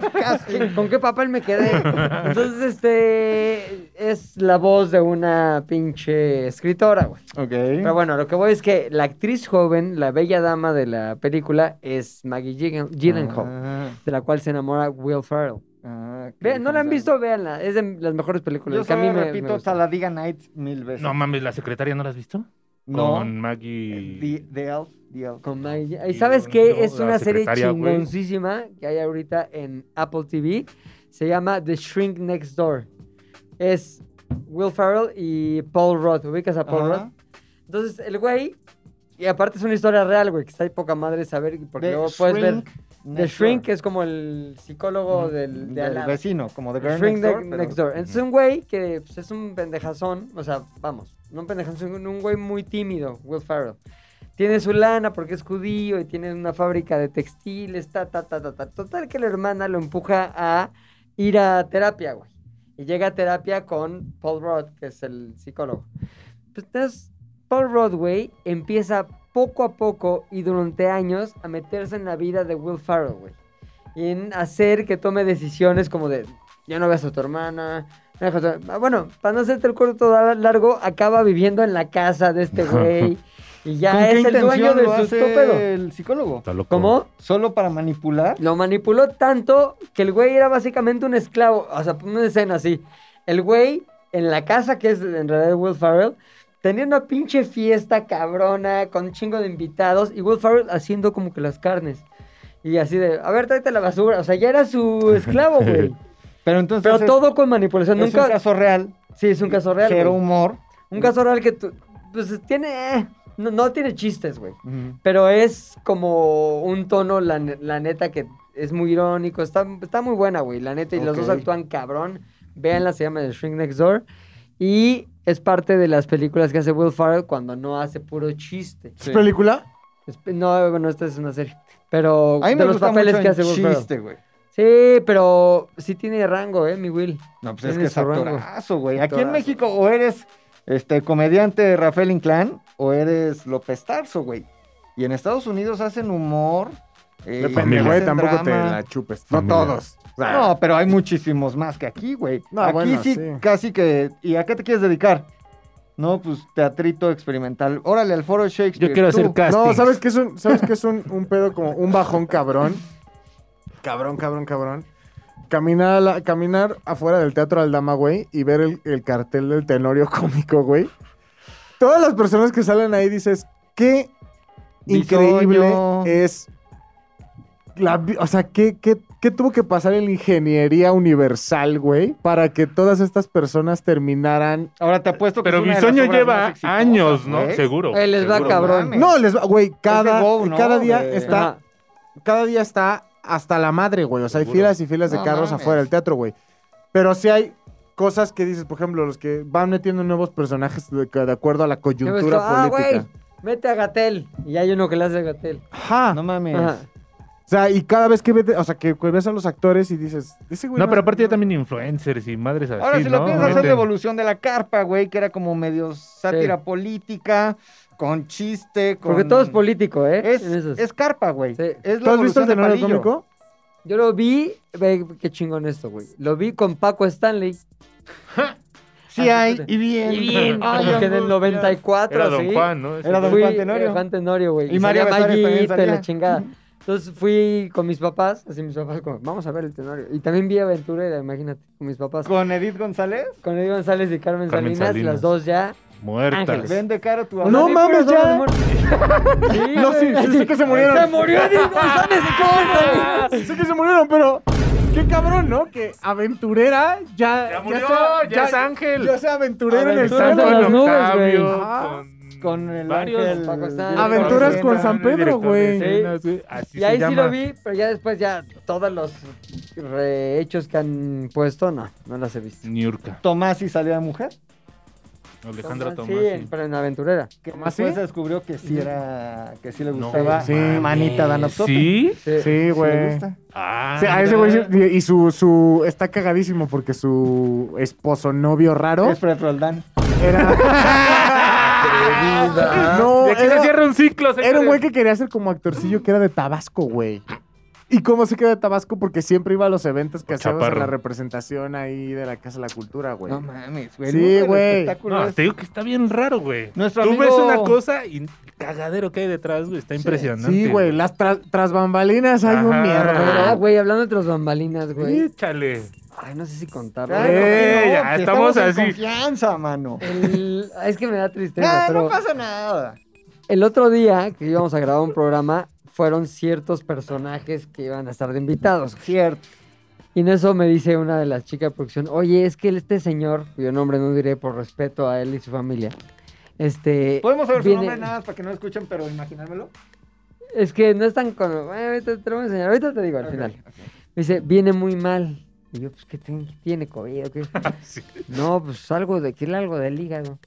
A: ¿Con qué papel me quedé? Entonces, este es la voz de una pinche escritora, güey. Pero
B: Ok.
A: bueno, lo que voy es que la actriz joven, la bella dama de la película, es Maggie Gyllen- Gyllenhaal,
B: Ah,
A: de la cual se enamora Will Ferrell.
B: ah,
A: Ve-
B: Kerry
A: ¿No la han
B: Holmes.
A: visto? Véanla. Es de las mejores películas.
B: Yo
A: que a mí
B: solo
A: me- me
B: repito
A: gustan.
B: Taladiga Nights mil veces.
D: No mames, ¿la secretaria no la has visto?
B: No. eh,
D: Con Maggie.
B: The, the Elf, The Elf.
A: Con Maggie Gyllenhaal. ¿Y
D: Sí,
A: sabes
D: no,
A: qué?
D: no,
A: Es
D: la
A: una serie
D: secretaria, güey.
A: chingoncísima que hay ahorita en Apple TV. Se llama The Shrink Next Door. Es Will Ferrell y Paul Rudd. ¿Ubicas a Paul
B: Ajá.
A: Rudd? Entonces, el güey... Y aparte es una historia real, güey, que está ahí poca madre saber, porque
B: The
A: luego puedes ver...
B: Shrink
A: The Shrink es como el psicólogo del, de al
B: Mm, del
A: lado.
B: vecino, como de
A: The
B: Girl
A: Shrink
B: Next
A: de-
B: Door. pero-
A: Next Door. Entonces, un güey que pues, es un pendejazón, o sea, vamos, no un pendejazón, un- un güey muy tímido, Will Ferrell. Tiene su lana porque es judío y tiene una fábrica de textiles, ta, ta, ta, ta, ta. Total que la hermana lo empuja a ir a terapia, güey. Y llega a terapia con Paul Rudd, que es el psicólogo. Pues, Entonces, Paul Rudd, güey, empieza poco a poco y durante años a meterse en la vida de Will Ferrell, güey. Y en hacer que tome decisiones como de, ya no ves a tu hermana. no veas a tu- Ah, Bueno, para no hacerte el corto da- largo, acaba viviendo en la casa de este güey. Y
B: ¿Con
A: ya
B: qué
A: es el dueño
B: intención
A: de
B: lo
A: su
B: hace
A: pedo.
B: el psicólogo?
D: Está loco.
A: ¿Cómo?
B: ¿Solo para manipular?
A: Lo manipuló tanto que el güey era básicamente un esclavo. O sea, una escena así. El güey en la casa, que es en realidad de Will Ferrell, tenía una pinche fiesta cabrona con un chingo de invitados y Will Ferrell haciendo como que las carnes. Y así de, a ver, tráete la basura. O sea, ya era su esclavo, güey.
B: Pero entonces
A: Pero
B: es-
A: todo con manipulación.
B: es
A: Nunca...
B: un caso real,
A: Sí, es un caso real.
B: cero
A: güey.
B: humor.
A: Un caso real que tú- pues tiene... eh, no, no tiene chistes, güey. Pero es como un tono, la, ne- la neta, que es muy irónico. Está, está muy buena, güey, la neta. Y los dos
B: Ok.
A: actúan cabrón. Véanla, se llama The Shrink Next Door. Y es parte de las películas que hace Will Ferrell cuando no hace puro chiste.
E: ¿Es película?
A: Es pe- no, bueno, esta es una serie. Pero
B: A mí me
A: de los
B: gusta
A: papeles
B: mucho
A: que
B: en
A: hace Will Ferrell.
B: chiste, güey.
A: Sí, pero sí tiene rango, ¿eh, mi Will?
B: No, pues es
A: Tiene
B: que es
A: su rango.
B: actorazo, güey. Aquí en
A: Actorazo.
B: México o eres este comediante Rafael Inclán o eres López Tarso, güey. Y en Estados Unidos hacen humor. eh,
D: Pues
E: Depende,
B: hacen
E: güey, tampoco te
B: drama.
E: la chupes. No
D: Familia.
E: todos. O sea,
B: No, pero hay muchísimos más que aquí, güey.
E: No,
B: aquí
E: bueno,
B: sí,
E: sí.
B: casi que... ¿Y a qué te quieres dedicar? No, pues teatrito experimental. Órale, al foro Shakespeare.
D: Yo quiero
B: tú.
D: hacer casting.
E: No, ¿sabes qué es un, ¿sabes qué es un, un pedo como un bajón cabrón? Cabrón, cabrón, cabrón. Caminar, a la- caminar afuera del Teatro Aldama, güey, y ver el, el cartel del Tenorio Cómico, güey. Todas las personas que salen ahí dices, qué increíble
B: Bisoño.
E: es... La, vi- o sea, ¿qué, qué, qué tuvo que pasar en la ingeniería universal, güey? Para que todas estas personas terminaran
B: Ahora te apuesto que
D: Pero
B: es una de las
D: Bisoño
B: obras más
D: lleva
B: exitosas, ¿eh?
D: años, ¿no?
B: güey.
D: Seguro.
A: Él les va
D: seguro.
A: cabrón.
B: mames.
E: No, les va, güey, cada,
B: Go, ¿no?
E: cada día
B: De-
E: está.
A: Ajá.
E: Cada día está hasta la madre, güey. O sea, hay
D: Seguro.
E: filas y filas de
B: No
E: carros
B: mames.
E: afuera del teatro, güey. Pero sí hay cosas que dices, por ejemplo, los que van metiendo nuevos personajes de, de acuerdo a la
A: Yo he
E: coyuntura
A: visto, ah, güey,
E: política.
A: mete a Gatel. Y hay uno que le hace a Gatel.
E: Ajá.
B: No mames.
E: O sea, y cada vez que vete, o sea, que que ves a los actores y dices, ese güey
D: No, pero
E: es-
D: aparte ya también influencers y madres así,
B: Ahora, si
D: ¿no?
B: lo piensas, es
D: Meten-
B: la evolución de la carpa, güey, que era como medio sátira política, con chiste, con...
A: Porque todo es político, ¿eh?
B: Es,
A: En esos.
B: es carpa, güey.
A: Sí.
B: Es la
E: ¿Tú has visto
B: evolución
E: el
B: de
E: tenorio
B: Palillo.
E: cómico?
A: Yo lo vi, ve qué chingón esto, güey. Lo vi con Paco Stanley.
B: Sí hay, y bien.
A: Y bien,
B: Ay,
A: como que en el
B: angustia.
A: 94,
D: Era Don
A: sí.
D: Juan, ¿no?
B: Era Don
A: Fui-
B: Juan Tenorio.
A: eh, Juan Tenorio, güey.
B: Y Mario
A: salía
B: Besares también
A: Mayito y
B: salía.
A: la chingada. Entonces fui con mis papás, así mis papás como, vamos a ver el Tenorio. Y también vi Aventurera, imagínate, con mis papás.
B: Con Edith González.
A: Con Eddie González y Carmen,
D: Carmen
A: Salinas,
D: Salinas.
A: las dos ya.
D: Muertas.
A: Ángeles.
B: Vende caro tu
E: No
B: amor.
E: mames, ya.
A: no, sí,
E: sí que se murieron.
A: ¡Se murió Eddie González! ¿Cómo?
E: Sé que se murieron, pero qué cabrón, ¿no? Que aventurera ya.
D: Ya murió, ya es Ángel.
E: Ya sea aventurera en el
A: Aventuras
E: cielo.
A: de las nubes,
D: Octavio,
A: güey.
E: Ah,
D: con,
B: Con el
D: varios
B: ángel.
A: Paco Stanley.
E: Aventuras con San
D: directores,
E: Pedro, güey.
D: directores, Así
A: Y
D: se
A: ahí sí
D: llama.
A: lo vi, pero ya después ya todos los rehechos que han puesto, no, no las he visto.
D: Niurka,
B: Tomás y salía mujer.
D: Alejandra
A: Tomás,
D: Tomás.
A: Sí, en- pero en Aventurera.
B: Que
E: ¿Tomás
B: después
E: sí?
B: se descubrió que sí era, que sí le
D: No,
B: gustaba
E: sí.
B: Manita Danapsote.
D: ¿Sí?
A: Sí.
E: Sí,
B: le
E: güey.
B: gusta.
D: Ah,
E: Sí, a ese güey sí- y su, su está cagadísimo porque su esposo novio raro
B: Es Fred Roldán.
E: era no
D: De aquí se
E: era,
D: cierra un ciclo.
E: era un güey que quería ser como actorcillo que era de Tabasco güey y cómo se queda de Tabasco porque siempre iba a los eventos que hacíamos en
D: Chaparro.
E: la representación ahí de la casa de la cultura güey
B: No mames, güey.
E: Sí,
B: El mundo del
E: güey.
B: espectáculo
D: No,
B: es-
D: te digo que está bien raro, güey.
B: Nuestro
D: Tú
B: amigo-
D: ves una cosa y el cagadero que hay detrás, güey. Está impresionante.
E: Sí, güey, las tra- tras bambalinas hay un
D: Ajá.
A: Ah,
E: mierda.
A: güey, hablando de los bambalinas, güey.
D: Sí, chale.
A: Ay, no sé si
B: Ay,
A: contarlo.
D: Eh.
B: no,
D: ya,
B: que
D: estamos
B: en
D: así.
B: confianza, mano.
A: El- ah, Es que me da
B: Ah,
A: tristeza,
B: no
A: pero
B: pasa nada.
A: el otro día que íbamos a grabar un programa, fueron ciertos personajes que iban a estar de invitados.
B: Cierto.
A: Y en eso me dice una de las chicas de producción, oye, es que este señor, cuyo nombre no diré por respeto a él y su familia, este...
B: Podemos saber su
A: viene-
B: nombre nada más para que no lo escuchen, pero imaginármelo.
A: Es que no es tan con... Bueno, ahorita te lo voy a enseñar, ahorita te digo al final. Me dice, viene muy mal. Y yo, pues, ¿qué ten- tiene COVID? o qué?
D: Sí.
A: No, pues algo de que algo del hígado.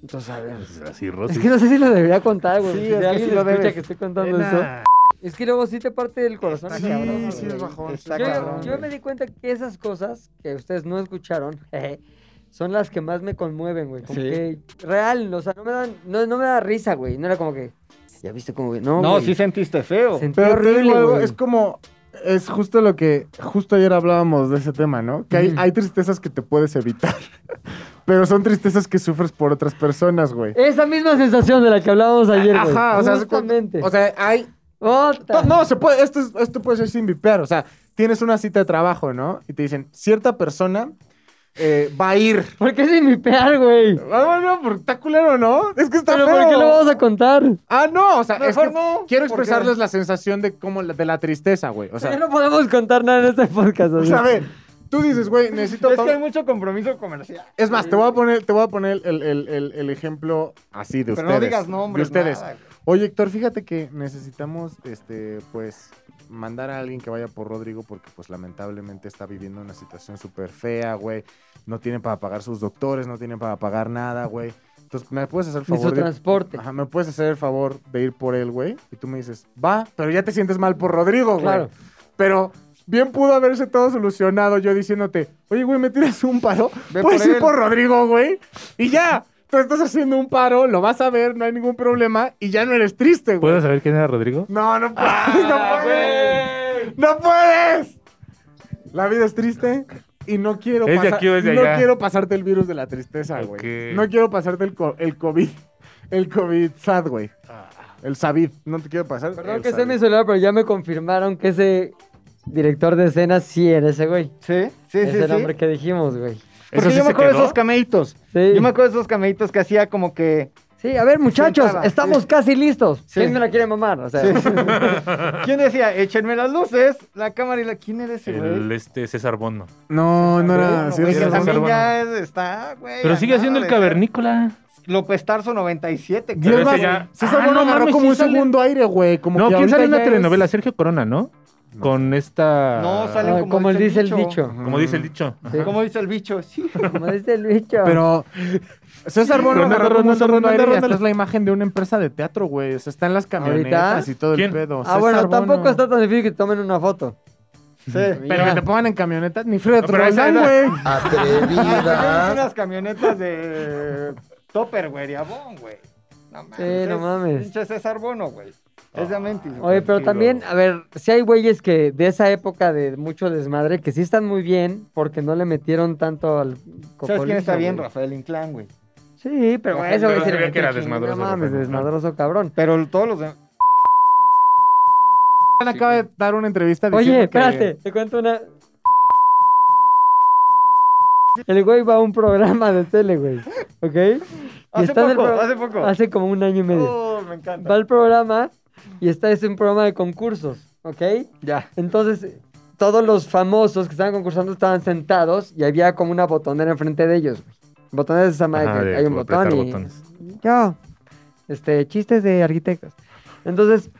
A: Entonces, a ver.
D: Pues Así,
A: Es
D: Rosy.
A: que no sé si lo debería contar, güey.
B: Sí,
A: si
B: es que
A: alguien
B: sí lo
A: escucha
B: debes.
A: que estoy contando eso.
D: Nena.
A: Es que luego sí te parte el corazón.
B: Está
A: Sí,
B: cabrón,
E: sí,
B: güey.
E: es bajón.
B: Está
A: yo,
B: cabrón,
A: yo
B: güey.
A: me di cuenta que esas cosas que ustedes no escucharon jeje, son las que más me conmueven, güey. Como
B: Sí.
A: que real, o sea, no me, dan, no, no me da risa, güey. No era como que, ya viste cómo... No,
B: No,
A: güey.
B: sí sentiste feo.
A: Sentí
E: Pero te
A: horrible,
E: digo algo,
A: güey.
E: es como. Es justo lo que. Justo ayer hablábamos de ese tema, ¿no? Que hay,
A: Ujú.
E: hay tristezas que te puedes evitar. pero son tristezas que sufres por otras personas, güey.
A: Esa misma sensación de la que hablábamos ayer, güey.
E: Ajá, o sea, es-
A: Justamente.
E: O sea, hay.
A: Otra.
E: No, no, se puede. Esto, es- esto puede ser sin vipear. O sea, tienes una cita de trabajo, ¿no? Y te dicen, cierta persona eh, va a ir.
A: ¿Por qué sin mi pear, güey?
E: Ah, no, porque está culero, ¿no? Es que está
A: ¿Pero
E: feo.
A: por qué lo vamos a contar?
E: Ah, no, o sea, es
B: Mejor
E: que
B: no,
E: quiero
B: porque-
E: expresarles la sensación de como la- de la tristeza, güey. O
A: ya
E: sea,
A: no podemos contar nada en este podcast.
E: o
A: así.
E: sea, a ver, tú dices, güey, necesito...
B: Es que
E: pa-
B: hay mucho compromiso comercial.
E: Es más, te voy a poner, te voy a poner el, el- el- el ejemplo así de
B: Pero
E: ustedes.
B: no digas nombres.
E: De ustedes.
B: nada, güey.
E: Oye, Héctor, fíjate que necesitamos, este, pues, mandar a alguien que vaya por Rodrigo porque, pues, lamentablemente está viviendo una situación súper fea, güey. No tiene para pagar sus doctores, no tiene para pagar nada, güey. Entonces, ¿me puedes hacer el
A: Ni
E: favor?
A: su
E: de-
A: transporte.
E: Ajá, ¿me puedes hacer el favor de ir por él, güey? Y tú me dices, va, pero ya te sientes mal por Rodrigo, güey.
A: Claro.
E: Pero bien pudo haberse todo solucionado yo diciéndote, oye, güey, ¿me tiras un paro?
B: Ve
E: Puedes
B: por
E: ir
B: él.
E: por Rodrigo, güey. Y ya, tú estás haciendo un paro, lo vas a ver, no hay ningún problema y ya no eres triste, güey.
D: ¿Puedo saber quién era Rodrigo?
E: No, no puedes, no puedes. ¡No puedes! La vida es triste y no quiero,
D: ¿Es de
E: pasar-
D: aquí o es de
E: no
D: allá?
E: quiero pasarte el virus de la tristeza, güey.
D: Ok.
E: No quiero pasarte el, co- el COVID, el COVID sad, güey. El Savid, no te quiero pasar.
A: Perdón
E: el
A: que esté en mi
E: Savid.
A: celular, pero ya me confirmaron que ese director de escena sí era ese güey.
B: Sí, sí, sí.
A: ese
B: sí.
A: nombre que dijimos, güey.
B: Porque
D: sí
B: yo me
D: se
B: acuerdo de
D: quedó?
B: esos cameitos.
A: Sí.
B: Yo me acuerdo de esos cameitos que hacía como que.
A: Sí, a ver, muchachos,
B: entraba,
A: estamos
B: sí.
A: casi listos.
B: Sí.
A: ¿Quién me la quiere mamar? O sea,
B: ¿Quién decía? Échenme las luces, la cámara y la. ¿Quién era ese, güey?
D: El este César Bono.
E: No, no era.
B: Bueno,
E: sí
B: güey, que
E: era César
B: también
E: Bono.
B: ya es- está, güey.
D: Pero
B: a
D: sigue
B: nada
D: haciendo el
B: de ser
D: cavernícola.
B: López Tarso 97.
D: Pero
E: Dios
D: ese
E: más,
D: ya-
E: César
D: Ah,
E: Bono
D: no
E: agarró
D: mames,
E: como
D: sí
E: un
D: sale-
E: segundo aire, güey. Como
D: No,
E: que
D: ¿quién
E: ahorita
D: sale en una
E: ya es-
D: telenovela? Sergio Corona, ¿no? Con esta.
B: No, sale
A: ah,
B: como
A: como él dice el dicho.
D: Como dice el dicho.
A: Sí.
B: ¿Cómo dice el bicho? Sí. Ah,
A: Como dice el dicho.
E: Pero César Bono
D: Ronaldo,
E: agarró como un
D: Ronaldo, Ronaldo,
E: segundo aire y
D: Ronaldo.
E: hasta es la imagen de una empresa de teatro, güey. O sea, está en las camionetas y todo
D: ¿Quién?
E: el pedo.
A: ah,
E: César
A: bueno,
E: Bono.
A: tampoco está tan difícil que tomen una foto.
B: Sí.
E: Pero que te pongan en camionetas, ni Fred
D: No, pero esa
E: Roldán,
D: era-
E: güey.
B: Ah,
J: Atrevida.
B: unas camionetas de Topper, güey, de Avon, güey. No mames.
A: Sí, no
B: es
A: mames.
B: Pinche César Bono, güey. Es de Amentis. güey.
A: Oye, pero también, a ver, si hay güeyes que de esa época de mucho desmadre que sí están muy bien porque no le metieron tanto al
B: ¿Sabes quién
A: cocolizo,
B: está bien?
A: güey.
B: Rafael Inclán, güey.
A: Sí, pero
B: Rafael,
A: eso
D: pero
A: güey, se
D: se
A: le
D: veía que era
A: metió chingo,
D: desmadroso,
A: No mames,
D: Rafael.
A: desmadroso cabrón.
B: Pero todos los demás.
E: Acaba de dar una entrevista diciendo
A: Oye,
E: que-
A: espérate, te cuento una. El güey va a un programa de tele, güey. ¿Ok? Y
B: Hace
A: está en el
B: poco,
A: pro-
B: hace poco.
A: Hace como un año y medio.
B: Oh, me
A: Va
B: encanta.
A: al programa y está es un programa de concursos, ¿ok?
B: Ya.
A: Entonces, todos los famosos que estaban concursando estaban sentados y había como una botonera enfrente de ellos. güey. Botonera es esa madre
D: Ajá,
A: que
D: de
A: hay un
D: apretar
A: botón y...
D: botones.
A: Yo, este, chistes de arquitectos. Entonces,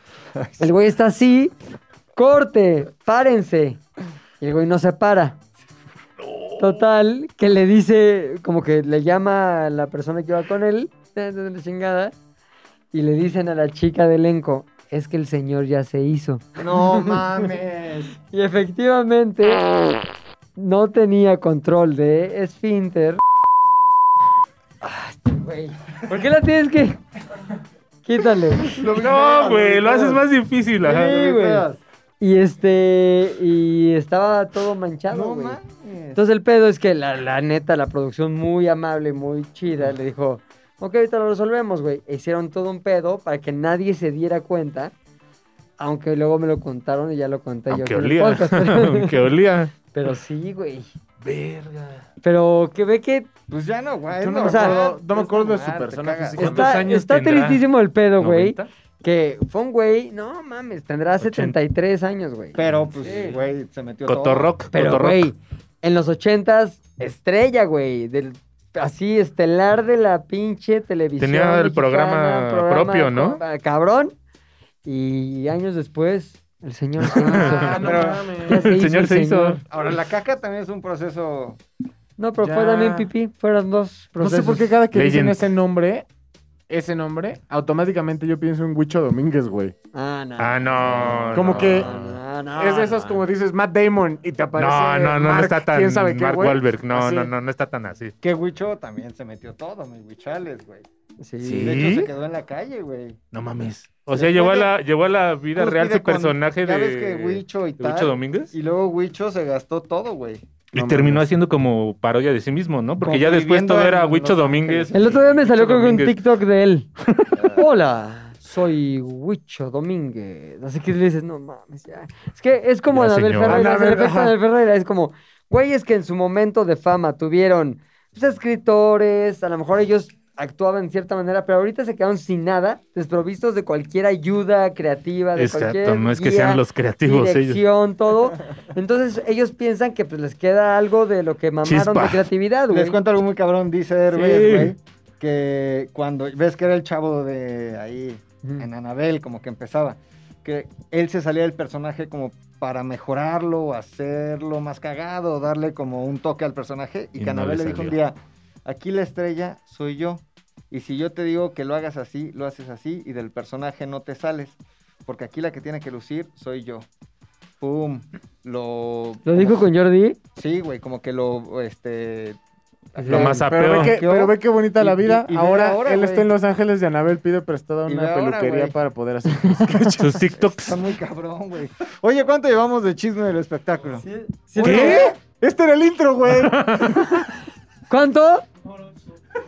A: el güey está así, corte, párense. Y el güey no se para. Total, que le dice, como que le llama a la persona que va con él, ta, ta, ta, chingada, y le dicen a la chica de elenco, es que el señor ya se hizo.
B: No mames.
A: Y efectivamente no tenía control de esfínter. Ah, este güey. ¿Por qué la tienes que...? Quítale.
D: No, güey, lo haces más difícil. ajá.
A: Sí, güey. Y este... Y estaba todo manchado,
B: No
A: güey.
B: mames.
A: Entonces el pedo es que la, la neta, la producción muy amable, muy chida, le dijo, ok, ahorita lo resolvemos, güey. E Hicieron todo un pedo para que nadie se diera cuenta, aunque luego me lo contaron y ya lo conté
D: Aunque
A: yo. aquí en el
D: olía.
A: podcast, pero-
D: Aunque olía.
A: Pero sí, güey. Verga. Pero que ve que
B: Pues ya no, güey.
E: Yo no
B: es
E: me
B: normal,
E: acuerdo- no me
B: es
E: acuerdo de
B: normal,
E: su
B: te
E: persona
B: cagas. Pues,
E: física.
D: ¿Cuántos
A: está,
D: años
A: está
D: tendrá?
A: tristísimo el pedo, güey.
D: ¿Noventa?
A: Que fue un güey, no mames, tendrá
D: 80.
A: 73 años, güey.
B: Pero pues, güey, se metió todo.
D: Cotorrock.
A: Pero,
D: Cotorrock.
A: güey, en los 80s, estrella, güey. del- Así, estelar de la pinche televisión.
D: Tenía el
A: mexicana,
D: programa propio, ¿no?
A: co- ah, Cabrón. Y años después, el señor se hizo.
D: Ah, no
B: Pero-
D: mames.
A: Ya se
D: el
A: hizo
D: señor
A: el
D: se hizo.
A: señor.
B: Ahora, la caca también es un proceso.
A: No, pero fue
E: Ya.
A: también pipí. Fueron dos
E: No
A: procesos.
E: sé por qué cada que dicen
D: Legend.
E: ese nombre, ese nombre, automáticamente yo pienso en Huicho Domínguez, güey.
A: Ah, no.
D: Ah, no.
E: Como
D: no.
E: que-
A: No, no,
E: es de esos
A: no.
E: como dices Matt Damon y te aparece
D: Ah, No, no, no, no
E: Mark,
D: está tan.
E: ¿Quién sabe qué,
D: Mark
E: güey?
D: Wahlberg. No,
E: Así.
D: no, no, no está tan así.
B: Que Huicho también se metió todo, mi Huichales, güey.
A: Sí.
D: Sí.
B: De hecho, se quedó en la calle, güey.
D: No mames. O sea,
B: Después
D: llevó a
B: de-
D: la, llevó a la vida real
B: Cúspide
D: su
B: con-
D: personaje
B: Ya
D: de.
B: ves que Huicho y
D: de
B: tal.
D: Huicho Domínguez.
B: Y luego Huicho se gastó todo, güey.
D: Y
E: No
D: terminó
E: mames.
D: haciendo como parodia de sí mismo, ¿no? Porque ya después
B: Conviviendo
D: todo
B: en
D: era
B: Los
D: Huicho
B: Ángeles.
D: Domínguez.
A: El otro día me
D: Huicho
A: salió creo que un
D: Domínguez.
A: TikTok de él. Hola, soy Huicho Domínguez. Así que le dices, no mames, ya. Es que es como
D: Ya,
A: Anabel
D: señor.
A: Ferreira.
E: Anabel,
A: El efecto
E: ajá.
A: Anabel Ferreira es como, güeyes que en su momento de fama tuvieron pues, escritores, a lo mejor ellos actuaban en cierta manera, pero ahorita se quedaron sin nada, desprovistos de cualquier ayuda creativa, de
D: Exacto,
A: cualquier
D: no es que
A: guía,
D: sean los creativos ellos.
A: dirección, todo. Entonces ellos piensan que pues les queda algo de lo que mamaron
D: Chispa.
A: de creatividad, güey.
B: Les cuento algo muy cabrón, dice Herbes,
D: Sí.
B: güey. Que cuando ves que era el chavo de ahí,
A: Ujú.
B: en Anabel, como que empezaba. Que él se salía del personaje como para mejorarlo, hacerlo más cagado, darle como un toque al personaje. Y,
D: Y
B: que
D: no
B: Anabel
D: le
B: le dijo un
D: salió.
B: día: Aquí la estrella soy yo. Y si yo te digo que lo hagas así, lo haces así. Y del personaje no te sales. Porque aquí la que tiene que lucir soy yo. ¡Pum! Lo.
A: Lo dijo con Jordi.
B: Sí, güey, como que lo. Este.
D: Lo más
E: Pero ve,
D: apeo.
E: que, pero ve qué bonita la
B: Y-
E: vida.
B: y- y ve
E: ahora,
B: ahora,
E: él está
B: güey.
E: en Los Ángeles y Anabel pide prestada
B: Y
E: una
B: ve ahora,
E: peluquería
B: güey.
E: para poder hacer.
D: Sus TikToks.
B: Está muy cabrón, güey. Oye, ¿cuánto llevamos de chisme del espectáculo?
D: ¿Qué?
E: este era el intro, güey.
A: ¿Cuánto?